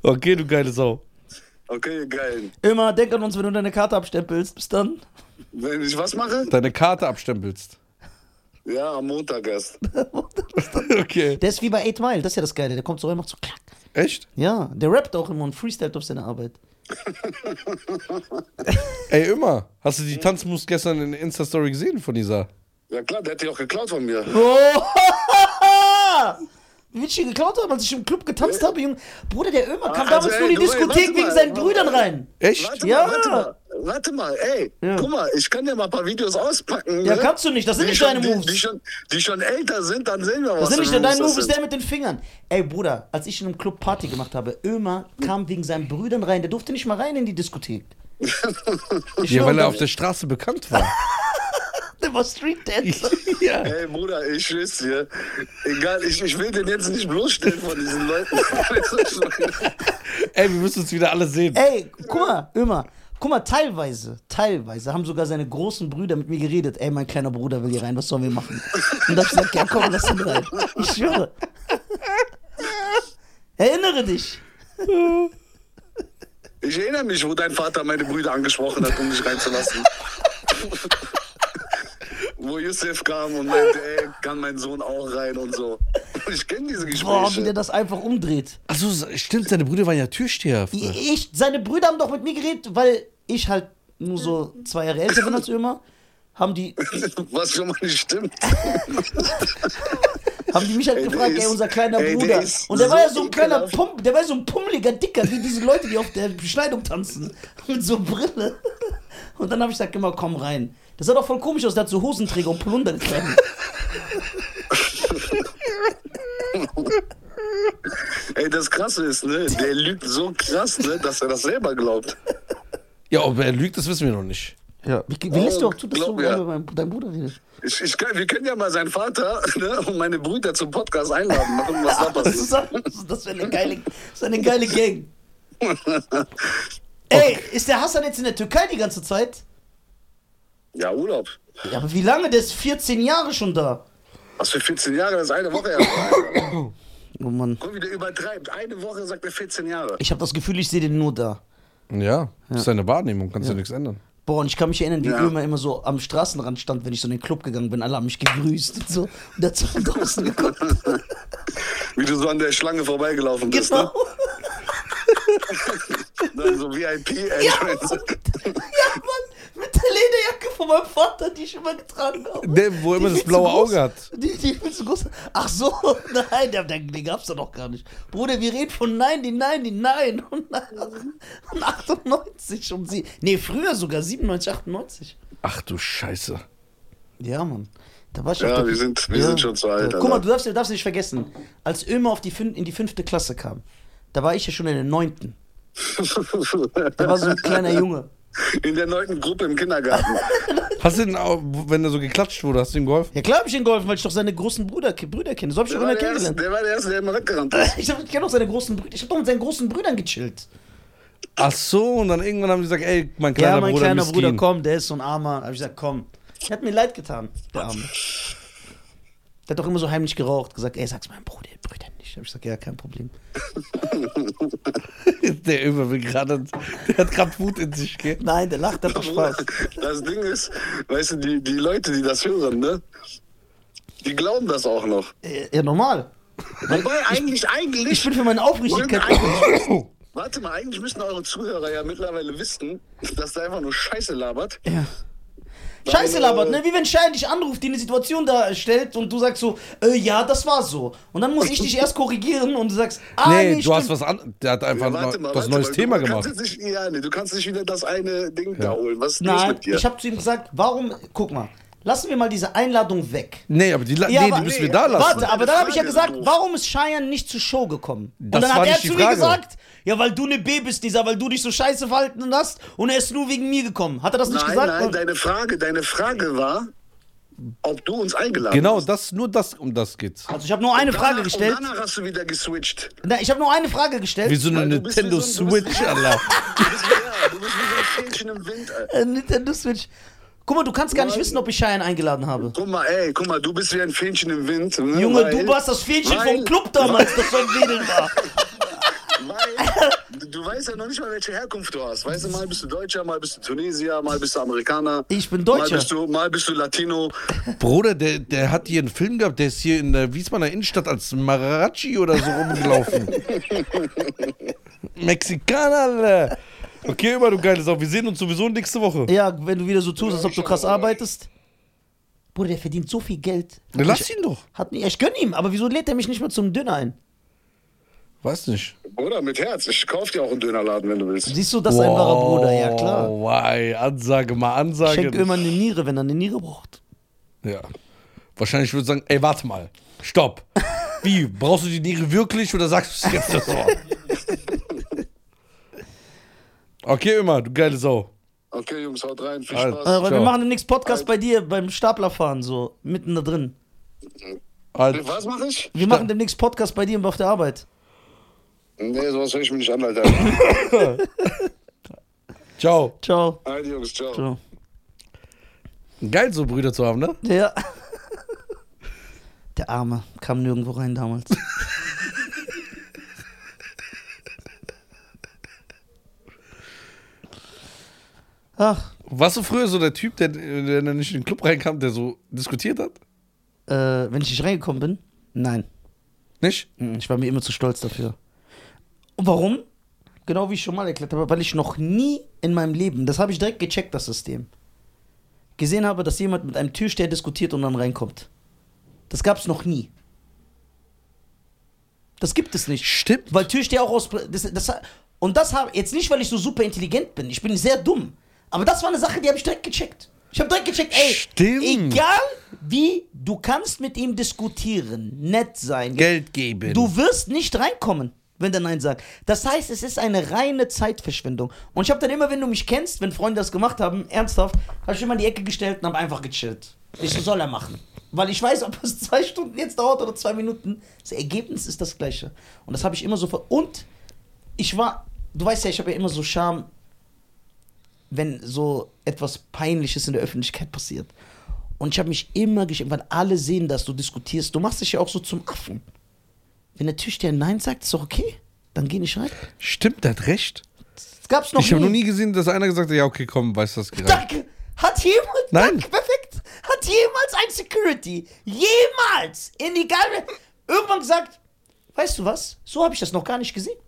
Speaker 1: Okay, du geile Sau.
Speaker 3: Okay, geil.
Speaker 2: Immer denk an uns, wenn du deine Karte abstempelst. Bis dann.
Speaker 3: Wenn ich was mache?
Speaker 1: Deine Karte abstempelst.
Speaker 3: Ja, am Montag erst.
Speaker 1: Okay.
Speaker 2: Der ist wie bei 8 Mile, das ist ja das Geile. Der kommt so rein, macht so klack.
Speaker 1: Echt?
Speaker 2: Ja, der rappt auch immer und freestylt auf seine Arbeit.
Speaker 1: Ey, immer. Hast du die Tanzmus gestern in der Insta-Story gesehen von Nisa?
Speaker 3: Ja klar, der hat die auch geklaut von mir.
Speaker 2: Oh! Wie ich hier geklaut habe, als ich im Club getanzt habe, Junge. Bruder, der Ömer kam
Speaker 3: Also,
Speaker 2: damals
Speaker 3: ey,
Speaker 2: nur in die
Speaker 3: du, ey,
Speaker 2: Diskothek
Speaker 3: warte
Speaker 2: wegen
Speaker 3: mal,
Speaker 2: seinen
Speaker 3: warte
Speaker 2: Brüdern
Speaker 3: mal.
Speaker 2: rein.
Speaker 1: Echt?
Speaker 3: Warte mal,
Speaker 2: Ja.
Speaker 3: warte mal, warte mal, ey, guck mal, ich kann dir mal ein paar Videos auspacken.
Speaker 2: Ja,
Speaker 3: ne?
Speaker 2: kannst du nicht, das sind
Speaker 3: die
Speaker 2: nicht
Speaker 3: schon,
Speaker 2: deine Moves.
Speaker 3: Die, die, schon, die schon älter sind, dann sehen wir, was
Speaker 2: Das sind
Speaker 3: für
Speaker 2: nicht nur dein
Speaker 3: Moves
Speaker 2: Move,
Speaker 3: das
Speaker 2: ist der mit den Fingern. Ey, Bruder, als ich in einem Club Party gemacht habe, Ömer kam wegen seinen Brüdern rein. Der durfte nicht mal rein in die Diskothek. Ich
Speaker 1: Ja,
Speaker 2: schwör,
Speaker 1: weil er
Speaker 2: der-
Speaker 1: auf der Straße bekannt war.
Speaker 2: Der war Street Dancer.
Speaker 1: ja.
Speaker 3: Ey, Bruder, ich schwör's dir. Egal, ich, ich will den jetzt nicht bloßstellen von diesen Leuten. Weißt du?
Speaker 1: Ey, wir müssen uns wieder alle sehen.
Speaker 2: Ey, guck mal, Ömer. Guck mal, teilweise, teilweise haben sogar seine großen Brüder mit mir geredet. Ey, mein kleiner Bruder will hier rein, was sollen wir machen? Und da hab ich gesagt, ja komm, lass ihn rein. Ich schwöre. Erinnere dich.
Speaker 3: ich erinnere mich, wo dein Vater meine Brüder angesprochen hat, um mich reinzulassen. wo Yusuf kam und meinte, ey, kann mein Sohn auch rein und so. Ich kenne diese
Speaker 2: Boah, wie
Speaker 3: Gespräche.
Speaker 2: der das einfach umdreht.
Speaker 1: Achso, stimmt, seine Brüder waren ja Türsteher. früher.
Speaker 2: Ich, seine Brüder haben doch mit mir geredet, weil ich halt nur so zwei Jahre älter bin als Ömer. Haben die,
Speaker 3: was schon mal nicht stimmt.
Speaker 2: haben die mich halt
Speaker 3: Ey, der
Speaker 2: gefragt, ey,
Speaker 3: ist-
Speaker 2: unser kleiner
Speaker 3: ey, der
Speaker 2: Bruder.
Speaker 3: ist
Speaker 2: Und der war
Speaker 3: so
Speaker 2: ja so ein kleiner
Speaker 3: ekelhaft.
Speaker 2: Pump, der war so ein pummeliger Dicker, wie diese Leute, die auf der Beschneidung tanzen. Mit so Brille. Und dann habe ich gesagt, immer komm rein. Das sah doch voll komisch aus, der hat so Hosenträger und Plunder getragen.
Speaker 3: Ey, das Krasse ist, ne, der lügt so krass, ne, dass er das selber glaubt.
Speaker 1: Ja, ob er lügt, das wissen wir noch nicht.
Speaker 2: Ja. Wie, wie lässt du auch zu, dass
Speaker 3: glaub
Speaker 2: du
Speaker 3: mir.
Speaker 2: über meinen- deinen Bruder redest?
Speaker 3: Ich, ich kann, wir können ja mal seinen Vater ne, und meine Brüder zum Podcast einladen, mal gucken, was da
Speaker 2: Das,
Speaker 3: passiert.
Speaker 2: ist- das wäre eine geile, das wär eine geile Gang. Ey, ist der Hassan jetzt in der Türkei die ganze Zeit?
Speaker 3: Ja, Urlaub.
Speaker 2: Ja, aber wie lange? Der ist 14 Jahre schon da.
Speaker 3: Was für 14 Jahre, das ist eine Woche her.
Speaker 2: Oh Mann.
Speaker 3: Guck, wie der übertreibt. Eine Woche sagt er 14 Jahre.
Speaker 2: Ich habe das Gefühl, ich sehe den nur da.
Speaker 1: Ja, das ist deine Wahrnehmung, kannst du nichts ändern.
Speaker 2: Boah, und ich kann mich erinnern, wie
Speaker 3: Ja.
Speaker 2: Ömer immer so am Straßenrand stand, wenn ich so in den Club gegangen bin. Alle haben mich gegrüßt und so. Und der hat so von draußen geguckt.
Speaker 3: Wie du so an der Schlange vorbeigelaufen bist.
Speaker 2: genau.
Speaker 3: Ne? Dann so vip
Speaker 2: Ja,
Speaker 3: entrance
Speaker 2: ja, Mann. Mit der Lederjacke von meinem Vater, die ich immer getragen habe.
Speaker 1: Der, wo
Speaker 2: Die
Speaker 1: immer das
Speaker 2: viel zu
Speaker 1: blaue
Speaker 2: groß-
Speaker 1: Auge hat.
Speaker 2: Die, die viel zu groß. Ach so, nein, den, den, den gab's doch noch gar nicht. Bruder, wir reden von 99, 99 und, und 98 und sie. Nee, früher sogar 97, 98.
Speaker 1: Ach du Scheiße.
Speaker 2: Ja, Mann. Da war ich
Speaker 3: Ja,
Speaker 2: auf der-
Speaker 3: wir sind- wir sind schon zu alt,
Speaker 2: Guck mal,
Speaker 3: Alter.
Speaker 2: du darfst, du darfst nicht vergessen, als Ömer auf die fün in die fünfte Klasse kam, da war ich ja schon in der neunten. Da war so ein kleiner Junge.
Speaker 3: In der neunten Gruppe im Kindergarten.
Speaker 1: Hast du denn, auch, wenn er so geklatscht wurde, hast du ihm geholfen?
Speaker 2: Ja, klar hab ich ihm geholfen, weil ich doch seine großen Brüder, Brüder kenne. So hab ich
Speaker 3: Der
Speaker 2: doch
Speaker 3: war
Speaker 2: Ömer
Speaker 3: der, erste,
Speaker 2: kennengelernt.
Speaker 3: der war der Erste, der immer weggerannt ist.
Speaker 2: Ich hab, ich kenn doch seine großen Brüder. Ich hab doch mit seinen großen Brüdern gechillt.
Speaker 1: Ach so, und dann irgendwann haben sie gesagt, ey, mein kleiner
Speaker 2: ja, mein
Speaker 1: Bruder,
Speaker 2: kleiner
Speaker 1: Miskin.
Speaker 2: Bruder, komm, der ist so ein Armer. Hab ich gesagt, komm. Er hat mir leid getan, der Arme. Der hat doch immer so heimlich geraucht, gesagt, ey, sag's meinem Bruder, Brüder nicht. Hab ich gesagt, ja, kein Problem.
Speaker 1: Der Ömer will gerade, der hat gerade Wut in sich, gell?
Speaker 2: Nein, der lacht, der hat doch Spaß.
Speaker 3: Das Ding ist, weißt du, die, die Leute, die das hören, ne? Die glauben das auch noch.
Speaker 2: Äh, Ja, normal.
Speaker 3: Wobei eigentlich, eigentlich,
Speaker 2: Ich bin für meine
Speaker 3: wollen
Speaker 2: Aufrichtigkeit.
Speaker 3: eigentlich warte mal, eigentlich müssen eure Zuhörer ja mittlerweile wissen, dass der einfach nur Scheiße labert.
Speaker 2: Ja. Scheiße
Speaker 3: äh,
Speaker 2: labert, ne? Wie wenn Schein dich anruft, die eine Situation darstellt und du sagst so, äh, ja, das war so. Und dann muss ich dich erst korrigieren und du sagst, ah,
Speaker 1: nee,
Speaker 2: nee,
Speaker 1: du
Speaker 2: stimmt.
Speaker 1: hast was an. Der hat einfach
Speaker 3: Ja, Äh, warte
Speaker 1: neu-
Speaker 3: mal,
Speaker 1: du hast
Speaker 3: warte
Speaker 1: ein neues
Speaker 3: mal.
Speaker 1: Thema
Speaker 3: du
Speaker 1: gemacht.
Speaker 3: Kannst jetzt nicht, ja, nee, du kannst nicht wieder das eine Ding da holen. Was ist los
Speaker 2: Nein,
Speaker 3: mit dir?
Speaker 2: ich habe zu ihm gesagt, warum, guck mal, lassen wir mal diese Einladung weg.
Speaker 1: Nee, aber die, la-
Speaker 2: Ja,
Speaker 1: nee,
Speaker 2: aber-
Speaker 1: die müssen
Speaker 3: nee,
Speaker 1: wir da lassen.
Speaker 2: Warte, aber dann habe ich ja
Speaker 3: Frage
Speaker 2: gesagt,
Speaker 3: doof.
Speaker 2: warum ist Cheyenne nicht zur Show gekommen?
Speaker 1: Das
Speaker 2: und dann
Speaker 1: war
Speaker 2: hat er
Speaker 1: nicht die
Speaker 2: zu mir
Speaker 1: Frage.
Speaker 2: gesagt, ja, weil du eine B bist, dieser, weil du dich so scheiße verhalten hast und er ist nur wegen mir gekommen. Hat er das nicht
Speaker 3: nein,
Speaker 2: gesagt? oh.
Speaker 3: nein, deine Frage, deine Frage war, ob du uns eingeladen
Speaker 1: Genau,
Speaker 3: hast.
Speaker 1: das, nur das, um das geht's.
Speaker 2: also ich habe nur eine Frage gestellt.
Speaker 3: Und danach hast du wieder geswitcht.
Speaker 2: Na, ich habe nur eine Frage gestellt.
Speaker 1: Wie so eine
Speaker 3: Weil du bist
Speaker 1: Nintendo
Speaker 3: wie so ein- du bist-
Speaker 1: Switch, Alter.
Speaker 3: Du bist, ja, du bist wie so ein Fähnchen im Wind. Alter.
Speaker 2: Äh, Nintendo Switch. Guck mal, du kannst gar nicht wissen, ob ich Cheyenne eingeladen habe.
Speaker 3: Guck mal, ey, guck mal, du bist wie ein Fähnchen im Wind. Ne?
Speaker 2: Junge,
Speaker 3: weil,
Speaker 2: du warst das Fähnchen
Speaker 3: weil-
Speaker 2: vom Club damals, das so ein Mädel war.
Speaker 3: Weil, du- du weißt ja noch nicht mal, welche Herkunft du hast. Weißt du, mal bist du Deutscher, mal bist du Tunesier, mal bist du Amerikaner.
Speaker 2: Ich bin Deutscher.
Speaker 3: Mal bist du, mal bist du Latino.
Speaker 1: Bruder, der, der hat hier einen Film gehabt, der ist hier in der Wiesbadener Innenstadt als Marachi oder so rumgelaufen. Mexikaner, Alter. Okay, immer du geile Sau. Wir sehen uns sowieso nächste Woche.
Speaker 2: Ja, wenn du wieder so tust, als ob du krass arbeitest. Bruder, der verdient so viel Geld.
Speaker 1: Ja, Ne, lass ihn doch.
Speaker 2: Hat nicht, ich gönn ihm, aber wieso lädt er mich nicht mal zum Döner ein?
Speaker 1: Weiß nicht.
Speaker 3: Bruder, mit Herz. Ich kauf dir auch einen Dönerladen, wenn du willst.
Speaker 2: Siehst du, das ist ein wahrer Bruder, ja klar.
Speaker 1: Wow, Oh, Ansage mal, Ansage.
Speaker 2: Schenkt immer eine Niere, wenn er eine Niere braucht.
Speaker 1: Ja. Wahrscheinlich würde ich sagen, ey, warte mal. Stopp. Wie? Brauchst du die Niere wirklich oder sagst du es jetzt nur so? Okay, immer, du geile Sau.
Speaker 3: Okay, Jungs, haut rein. Viel
Speaker 1: Alter.
Speaker 3: Spaß.
Speaker 2: Aber Äh, wir
Speaker 1: Ciao.
Speaker 2: machen demnächst Podcast bei dir beim Staplerfahren, so mitten da drin.
Speaker 1: Alter.
Speaker 3: Was mache ich?
Speaker 2: Wir machen demnächst Podcast bei dir auf der Arbeit.
Speaker 3: Nee, sowas höre ich mir nicht an, Alter.
Speaker 1: Ciao.
Speaker 2: Ciao.
Speaker 3: Alter, Jungs, ciao.
Speaker 2: Ciao.
Speaker 1: Geil, so Brüder zu haben, ne?
Speaker 2: Ja. Der Arme kam nirgendwo rein damals. Ach,
Speaker 1: Warst du früher so der Typ, der, der nicht in den Club reinkam, der so diskutiert hat?
Speaker 2: äh, wenn ich nicht reingekommen bin? Nein.
Speaker 1: Nicht?
Speaker 2: Mm, Ich war mir immer zu stolz dafür. Und warum? Genau wie ich schon mal erklärt habe, weil ich noch nie in meinem Leben, das habe ich direkt gecheckt, das System, gesehen habe, dass jemand mit einem Türsteher diskutiert und dann reinkommt. Das gab es noch nie. Das gibt es nicht.
Speaker 1: Stimmt.
Speaker 2: Weil Türsteher auch aus. Das, das, und das habe jetzt nicht, weil ich so super intelligent bin. Ich bin sehr dumm. Aber das war eine Sache, die habe ich direkt gecheckt. Ich habe direkt gecheckt, ey,
Speaker 1: Stimmt.
Speaker 2: egal wie, du kannst mit ihm diskutieren, nett sein,
Speaker 1: Geld geben.
Speaker 2: Du wirst nicht reinkommen, wenn der Nein sagt. Das heißt, es ist eine reine Zeitverschwendung. Und ich habe dann immer, wenn du mich kennst, wenn Freunde das gemacht haben, ernsthaft, habe ich immer in die Ecke gestellt und habe einfach gechillt. Ich so, soll er machen. Weil ich weiß, ob es zwei Stunden jetzt dauert oder zwei Minuten. Das Ergebnis ist das gleiche. Und das habe ich immer so ver. Und ich war, du weißt ja, ich habe ja immer so Scham, wenn so etwas Peinliches in der Öffentlichkeit passiert. Und ich habe mich immer geschämt, weil alle sehen das, du diskutierst, du machst dich ja auch so zum Affen. Wenn der Türsteher Nein sagt, ist doch okay. Dann geh nicht rein.
Speaker 1: Stimmt, der hat recht.
Speaker 2: Das gab's noch
Speaker 1: ich habe noch nie gesehen, dass einer gesagt hat, ja, okay, komm, weißt du was gerade.
Speaker 2: Danke. Hat jemand.
Speaker 1: Nein.
Speaker 2: Danke, perfekt. Hat jemals ein Security jemals in die Gallery irgendwann gesagt, weißt du was? So habe ich das noch gar nicht gesehen.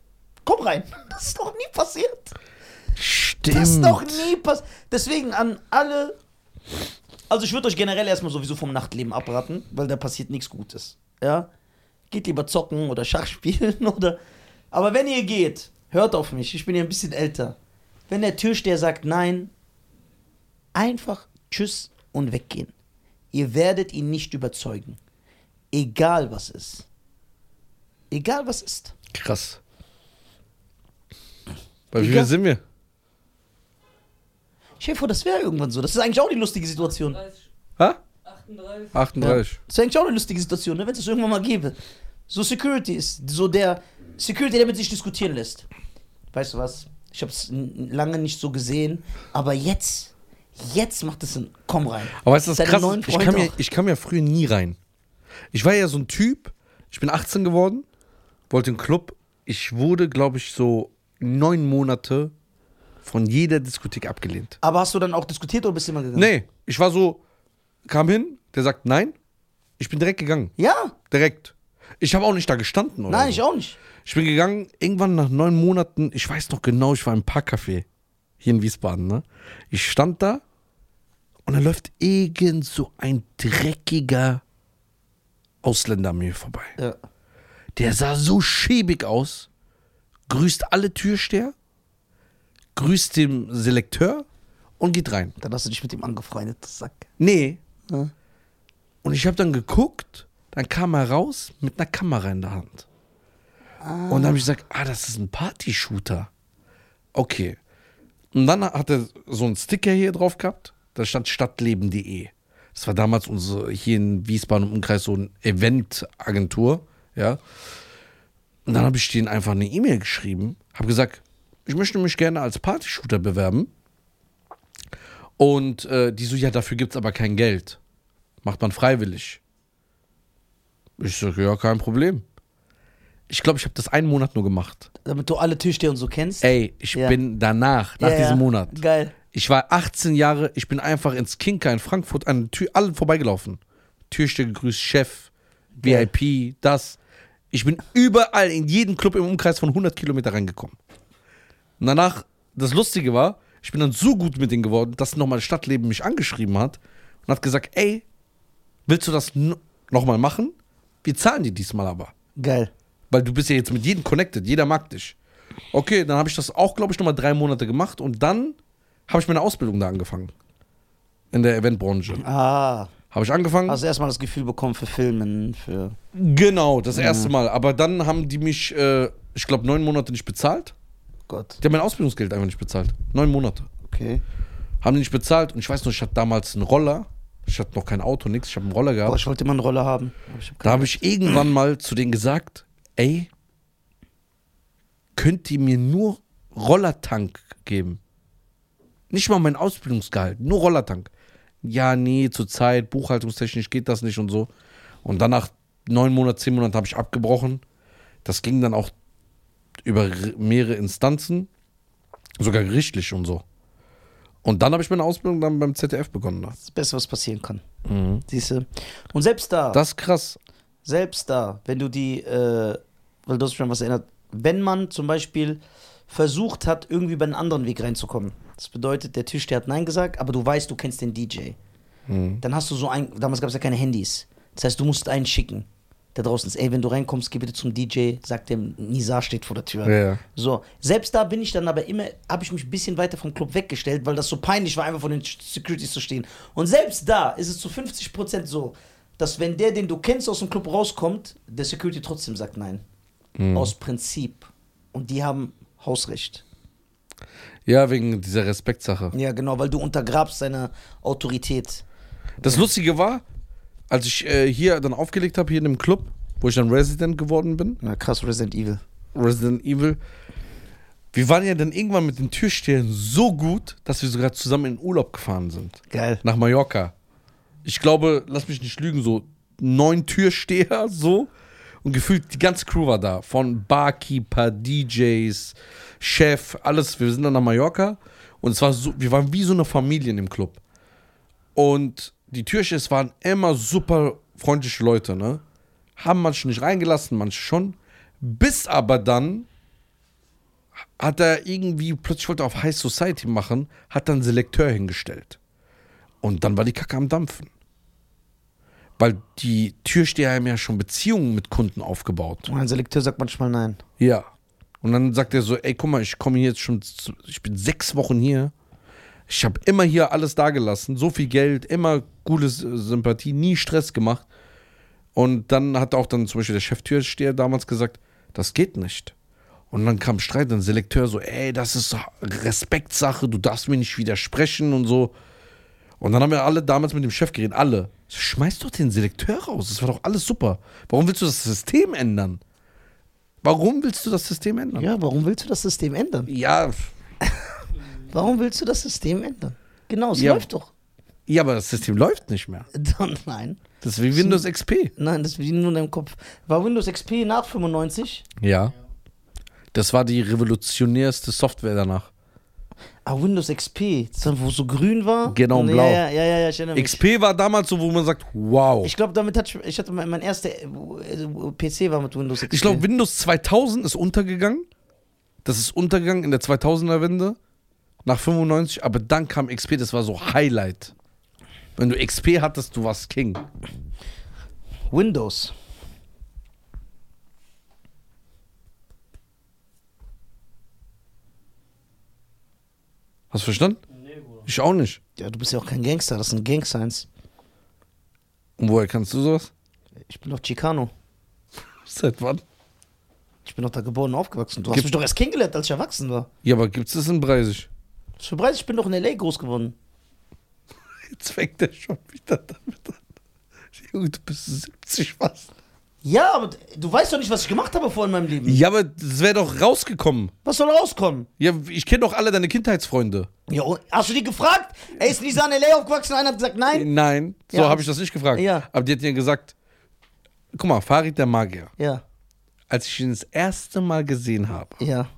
Speaker 2: Komm rein. Das ist noch nie passiert.
Speaker 1: Stimmt.
Speaker 2: Das ist noch nie passiert. Deswegen an alle. Also ich würde euch generell erstmal sowieso vom Nachtleben abraten, weil da passiert nichts Gutes. Ja? Geht lieber zocken oder Schach spielen oder. Aber wenn ihr geht, hört auf mich, ich bin ja ein bisschen älter. Wenn der Türsteher sagt nein, einfach tschüss und weggehen. Ihr werdet ihn nicht überzeugen. Egal was ist. Egal was ist.
Speaker 1: Krass. Bei wie
Speaker 2: Digga.
Speaker 1: viel sind wir?
Speaker 2: Ich vor, das wäre irgendwann so. Das ist eigentlich auch die lustige Situation.
Speaker 4: 38.
Speaker 1: Ha?
Speaker 4: 38.
Speaker 1: 38.
Speaker 2: Das wäre eigentlich auch eine lustige Situation, ne? wenn es das irgendwann mal gäbe. So Security ist, so der Security, der mit sich diskutieren lässt. Weißt du was? Ich habe es lange nicht so gesehen, aber jetzt, jetzt macht es Sinn. Komm rein.
Speaker 1: Aber weißt du, das
Speaker 2: Deine
Speaker 1: krass
Speaker 2: neuen
Speaker 1: ich
Speaker 2: Freunde
Speaker 1: kam, ja,
Speaker 2: auch.
Speaker 1: ich kam ja früher nie rein. Ich war ja so ein Typ, ich bin 18 geworden, wollte in den Club. Ich wurde, glaube ich, so neun Monate von jeder Diskothek abgelehnt.
Speaker 2: Aber hast du dann auch diskutiert oder bist du immer gegangen?
Speaker 1: Nee, ich war so, kam hin, der sagt nein. Ich bin direkt gegangen.
Speaker 2: Ja?
Speaker 1: Direkt. Ich habe auch nicht da gestanden, oder?
Speaker 2: Nein,
Speaker 1: so.
Speaker 2: ich auch nicht.
Speaker 1: Ich bin gegangen, irgendwann nach neun Monaten, ich weiß noch genau, ich war im Parkcafé hier in Wiesbaden, ne? Ich stand da und da läuft irgend so ein dreckiger Ausländer an mir vorbei.
Speaker 2: Ja.
Speaker 1: Der sah so schäbig aus, grüßt alle Türsteher, grüßt dem Selekteur und geht rein.
Speaker 2: Dann hast du dich mit ihm angefreundet, Sack.
Speaker 1: Nee.
Speaker 2: Ja.
Speaker 1: Und ich habe dann geguckt, dann kam er raus mit einer Kamera in der Hand. Und dann habe ich gesagt, ah, das ist ein Party-Shooter. Okay. Und dann hat er so einen Sticker hier drauf gehabt, da stand stadtleben.de. Das war damals unsere, hier in Wiesbaden im Umkreis so eine Eventagentur, ja. Und dann habe ich denen einfach eine E-Mail geschrieben, habe gesagt, ich möchte mich gerne als Party-Shooter bewerben. Und äh, die so, ja, dafür gibt es aber kein Geld. Macht man freiwillig. Ich sage, ja, kein Problem. Ich glaube, ich habe das einen Monat nur gemacht.
Speaker 2: Damit du alle Türsteher und so kennst.
Speaker 1: Ey, ich
Speaker 2: Ja.
Speaker 1: bin danach, nach
Speaker 2: Ja,
Speaker 1: diesem
Speaker 2: ja.
Speaker 1: Monat.
Speaker 2: Geil.
Speaker 1: Ich war 18 Jahre, ich bin einfach ins Kinker in Frankfurt an der Tür, allen vorbeigelaufen. Türsteher gegrüßt, Chef,
Speaker 2: Geil.
Speaker 1: VIP, das. Ich bin überall in jeden Club im Umkreis von 100 Kilometer reingekommen. Und danach, das Lustige war, ich bin dann so gut mit denen geworden, dass nochmal Stadtleben mich angeschrieben hat und hat gesagt, ey, willst du das nochmal machen? Wir zahlen dir diesmal aber.
Speaker 2: Geil.
Speaker 1: Weil du bist ja jetzt mit jedem connected, jeder mag dich. Okay, dann habe ich das auch, glaube ich, nochmal drei Monate gemacht und dann habe ich meine Ausbildung da angefangen. In der Eventbranche.
Speaker 2: Ah.
Speaker 1: Habe ich angefangen?
Speaker 2: Hast du erstmal das Gefühl bekommen für Filmen, für.
Speaker 1: genau, das erste Mal. Aber dann haben die mich, äh, ich glaube, neun Monate nicht bezahlt.
Speaker 2: Gott.
Speaker 1: Die haben mein Ausbildungsgeld einfach nicht bezahlt. Neun Monate.
Speaker 2: Okay.
Speaker 1: Haben die nicht bezahlt und ich weiß noch, ich hatte damals einen Roller. Ich hatte noch kein Auto, nichts. Ich habe einen Roller gehabt.
Speaker 2: Boah, ich wollte immer eine Rolle haben. Aber ich hab
Speaker 1: Da
Speaker 2: keine.
Speaker 1: habe ich irgendwann mal zu denen gesagt, ey, könnt ihr mir nur Rollertank geben? Nicht mal mein Ausbildungsgehalt, nur Rollertank. Ja, nee, zurzeit, buchhaltungstechnisch geht das nicht und so. Und dann nach neun Monaten, zehn Monaten habe ich abgebrochen. Das ging dann auch über r- mehrere Instanzen, sogar gerichtlich und so. Und dann habe ich meine Ausbildung dann beim ZDF begonnen. ne?
Speaker 2: Das ist das Beste, was passieren kann. Siehst du? Und selbst da,
Speaker 1: Das ist krass.
Speaker 2: selbst da, wenn du die, äh, weil du hast mich schon was erinnert, wenn man zum Beispiel versucht hat, irgendwie über einen anderen Weg reinzukommen. Das bedeutet, der Tischler hat Nein gesagt, aber du weißt, du kennst den DJ. Dann hast du so ein, damals gab es ja keine Handys. Das heißt, du musst einen schicken. Da draußen ist, ey, wenn du reinkommst, geh bitte zum DJ, sag dem, Nizar steht vor der Tür.
Speaker 1: Ja.
Speaker 2: So, selbst da bin ich dann aber immer, habe ich mich ein bisschen weiter vom Club weggestellt, weil das so peinlich war, einfach vor den Securities zu stehen. Und selbst da ist es zu 50% so, dass wenn der, den du kennst, aus dem Club rauskommt, der Security trotzdem sagt nein.
Speaker 1: Mhm.
Speaker 2: Aus Prinzip. Und die haben Hausrecht.
Speaker 1: Ja, wegen dieser Respektsache.
Speaker 2: Ja, genau, weil du untergrabst seine Autorität.
Speaker 1: Das Lustige war, als ich äh, hier dann aufgelegt habe, hier in dem Club, wo ich dann Resident geworden bin,
Speaker 2: Na, krass, Resident Evil.
Speaker 1: Resident Evil, wir waren ja dann irgendwann mit den Türstehern so gut, dass wir sogar zusammen in Urlaub gefahren sind.
Speaker 2: Geil.
Speaker 1: Nach Mallorca. Ich glaube, lass mich nicht lügen, so neun Türsteher, so. Und gefühlt die ganze Crew war da. Von Barkeeper, DJs, Chef, alles. Wir sind dann nach Mallorca. Und es war so, wir waren wie so eine Familie in dem Club. Und die Türsteher es waren immer super freundliche Leute, ne? Haben manche nicht reingelassen, manche schon. Bis aber dann hat er irgendwie, plötzlich wollte er auf High Society machen, hat dann einen Selekteur hingestellt. Und dann war die Kacke am Dampfen. Weil die Türsteher haben ja schon Beziehungen mit Kunden aufgebaut.
Speaker 2: Und ein Selekteur sagt manchmal nein.
Speaker 1: Ja. Und dann sagt er so, ey, guck mal, ich komme hier jetzt schon, zu, ich bin sechs Wochen hier. Ich habe immer hier alles dagelassen, so viel Geld, immer coole S- Sympathie, nie Stress gemacht. Und dann hat auch dann zum Beispiel der Cheftürsteher damals gesagt, das geht nicht. Und dann kam Streit, dann Selekteur so, ey, das ist Respektsache, du darfst mir nicht widersprechen und so. Und dann haben wir alle damals mit dem Chef geredet, alle. Schmeiß doch den Selekteur raus, das war doch alles super. Warum willst du das System ändern? Warum willst du das System ändern?
Speaker 2: Ja, warum willst du das System ändern?
Speaker 1: Ja,
Speaker 2: Warum willst du das System ändern? Genau, es
Speaker 1: Ja.
Speaker 2: läuft doch.
Speaker 1: ja, aber das System läuft nicht mehr.
Speaker 2: Dann nein.
Speaker 1: Das ist wie Windows XP.
Speaker 2: Nein, das liegt nur in deinem Kopf. War Windows XP nach 95?
Speaker 1: Ja. Das war die revolutionärste Software danach.
Speaker 2: Ah, Windows XP, das war, wo so grün war.
Speaker 1: Genau,
Speaker 2: und
Speaker 1: blau.
Speaker 2: Ja, ja, ja, ja, ja, ich erinnere mich.
Speaker 1: XP war damals so, wo man sagt, wow.
Speaker 2: ich glaube, damit hatte ich, ich hatte mein, mein erster äh, äh, PC war mit Windows XP.
Speaker 1: Ich glaube, Windows 2000 ist untergegangen. Das ist untergegangen in der 2000er-Wende nach 95, aber dann kam XP, das war so Highlight. Wenn du XP hattest, du warst King.
Speaker 2: Windows.
Speaker 1: Hast du verstanden? Ich auch nicht.
Speaker 2: Ja, du bist ja auch kein Gangster, das sind Gangsigns.
Speaker 1: Und woher kannst du sowas?
Speaker 2: Ich bin doch Chicano.
Speaker 1: Seit wann?
Speaker 2: Ich bin doch da geboren und aufgewachsen. Du hast
Speaker 1: Gibt-
Speaker 2: mich doch erst kennengelernt, als ich erwachsen war.
Speaker 1: Ja, aber gibt's das in Breisig?
Speaker 2: Was für Preis? Ich bin doch in L.A. groß geworden.
Speaker 1: Jetzt fängt er schon wieder damit an. Junge, du bist 70 was.
Speaker 2: Ja, aber du weißt doch nicht, was ich gemacht habe vor in meinem Leben.
Speaker 1: Ja, aber das wäre doch rausgekommen.
Speaker 2: Was soll rauskommen?
Speaker 1: Ja, ich kenne doch alle deine Kindheitsfreunde.
Speaker 2: Ja, und hast du die gefragt? Ey, ist Lisa in L.A. aufgewachsen? Einer hat gesagt, nein.
Speaker 1: Nein, so
Speaker 2: Ja.
Speaker 1: habe ich das nicht gefragt.
Speaker 2: Ja.
Speaker 1: Aber die hat dir gesagt, guck mal, Farid der Magier,
Speaker 2: Ja,
Speaker 1: als ich ihn das erste Mal gesehen habe,
Speaker 2: ja,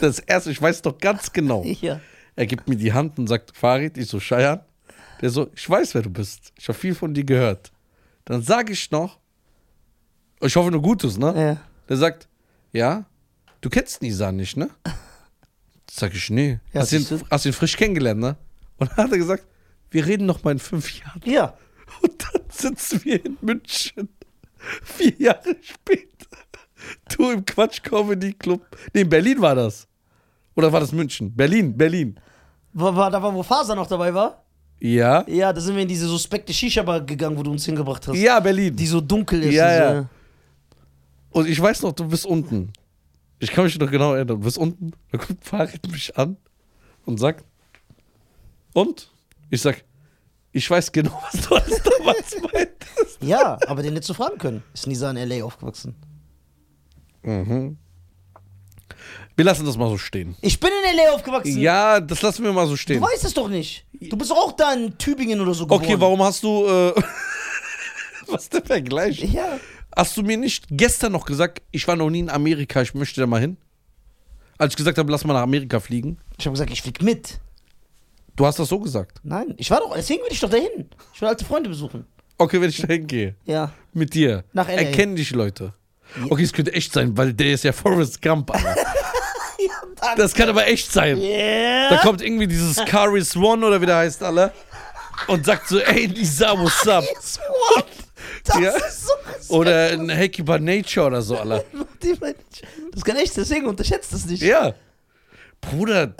Speaker 1: das erste, ich weiß doch ganz genau,
Speaker 2: ja.
Speaker 1: er gibt mir die Hand und sagt, Farid, ich so, Scheiern. Der so, ich weiß, wer du bist. Ich habe viel von dir gehört. Dann sage ich noch, ich hoffe nur Gutes, ne?
Speaker 2: Ja.
Speaker 1: Der sagt, ja, du kennst Nisan nicht, ne? Sag ich, nee.
Speaker 2: Ja,
Speaker 1: hast, ihn,
Speaker 2: siehst du?
Speaker 1: hast ihn frisch kennengelernt, ne? Und dann hat er gesagt, wir reden noch mal in fünf Jahren.
Speaker 2: Ja.
Speaker 1: Und dann sitzen wir in München. Vier Jahre später. Du im Quatsch Comedy Club. Nee, in Berlin war das. Oder war das München? Berlin, Berlin.
Speaker 2: War, war, da war, wo Faser noch dabei war?
Speaker 1: Ja.
Speaker 2: Ja, da sind wir in diese suspekte Shisha-Bar gegangen, wo du uns hingebracht hast.
Speaker 1: Ja, Berlin.
Speaker 2: Die so dunkel ist.
Speaker 1: Ja,
Speaker 2: und so,
Speaker 1: ja. Und ich weiß noch, du bist unten. Ich kann mich noch genau erinnern. Du bist unten. Da kommt Farid mich an und sagt: Und? Ich sag: Ich weiß genau, was du alles damals meintest.
Speaker 2: Ja, aber den hättest du fragen können. Ist Nisa in L.A. aufgewachsen?
Speaker 1: Wir lassen das mal so stehen.
Speaker 2: Ich bin in L.A. aufgewachsen.
Speaker 1: Ja, das lassen wir mal so
Speaker 2: Du
Speaker 1: stehen.
Speaker 2: weißt es doch nicht. Du bist auch da in Tübingen oder so geboren.
Speaker 1: Okay, warum hast du. Äh, was der Vergleich?
Speaker 2: Ja.
Speaker 1: Hast du mir nicht gestern noch gesagt, ich war noch nie in Amerika, ich möchte da mal hin? Als ich gesagt habe, lass mal nach Amerika fliegen.
Speaker 2: Ich habe gesagt, ich flieg mit.
Speaker 1: Du hast das so gesagt.
Speaker 2: Nein, ich war doch, deswegen will ich doch dahin. Ich will alte Freunde besuchen.
Speaker 1: Okay, wenn ich da hingehe.
Speaker 2: Ja.
Speaker 1: Mit dir.
Speaker 2: Nach LA.
Speaker 1: Erkennen dich Leute. Okay, es könnte echt sein, weil der ist ja Forrest Gump. Alter.
Speaker 2: Ja, danke.
Speaker 1: Das kann aber echt sein. Da
Speaker 2: Yeah.
Speaker 1: kommt irgendwie dieses Caris One oder wie der heißt, alle. Und sagt so, ey, Lisa, what's up?
Speaker 2: Yes, what? Das
Speaker 1: Ja.
Speaker 2: ist so krass.
Speaker 1: Oder ein Hecky by Nature oder so, alle.
Speaker 2: Die meine ich- Das kann echt, deswegen unterschätzt das nicht.
Speaker 1: Ja. Bruder,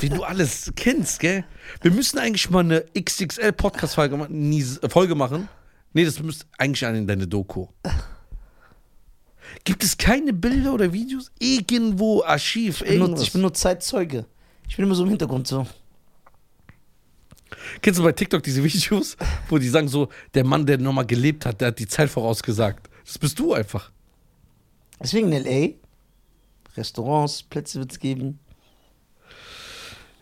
Speaker 1: wie du alles kennst, gell? Wir müssen eigentlich mal eine XXL-Podcast-Folge ma- nie- äh, Folge machen. Nee, das müsst eigentlich an in deine Doku. Gibt es keine Bilder oder Videos? Irgendwo, Archiv,
Speaker 2: Ich, bin nur,
Speaker 1: irgendwas.
Speaker 2: ich bin nur Zeitzeuge. Ich bin immer so im Hintergrund so.
Speaker 1: Kennst du bei TikTok diese Videos, wo die sagen so, der Mann, der nochmal gelebt hat, der hat die Zeit vorausgesagt. Das bist du einfach.
Speaker 2: Deswegen in L.A. Restaurants, Plätze wird's geben.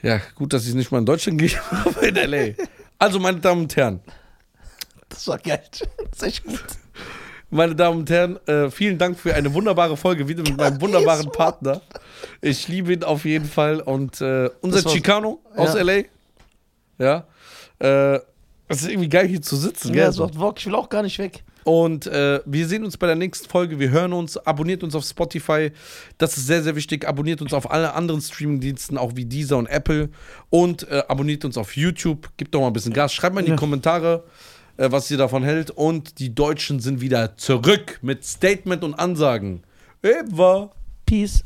Speaker 1: Ja, gut, dass ich es nicht mal in Deutschland gehe, aber in L.A. Also, meine Damen und Herren,
Speaker 2: Das war geil. Das ist echt gut.
Speaker 1: Meine Damen und Herren, äh, vielen Dank für eine wunderbare Folge wieder mit meinem wunderbaren Partner. Ich liebe ihn auf jeden Fall und äh, unser
Speaker 2: Das war's.
Speaker 1: Chicano aus
Speaker 2: Ja.
Speaker 1: LA. Ja. Äh, es ist irgendwie geil hier zu sitzen,
Speaker 2: Ja,
Speaker 1: gell? Also,
Speaker 2: das macht Bock. Ich will auch gar nicht weg.
Speaker 1: Und äh, wir sehen uns bei der nächsten Folge. Wir hören uns. Abonniert uns auf Spotify. Das ist sehr, sehr wichtig. Abonniert uns auf alle anderen Streamingdiensten, auch wie Deezer und Apple. Und äh, abonniert uns auf YouTube. Gebt doch mal ein bisschen Gas. Schreibt mal in die
Speaker 2: Ja.
Speaker 1: Kommentare, äh, was ihr davon hält. Und die Deutschen sind wieder zurück mit Statement und Ansagen. Eva.
Speaker 2: Peace.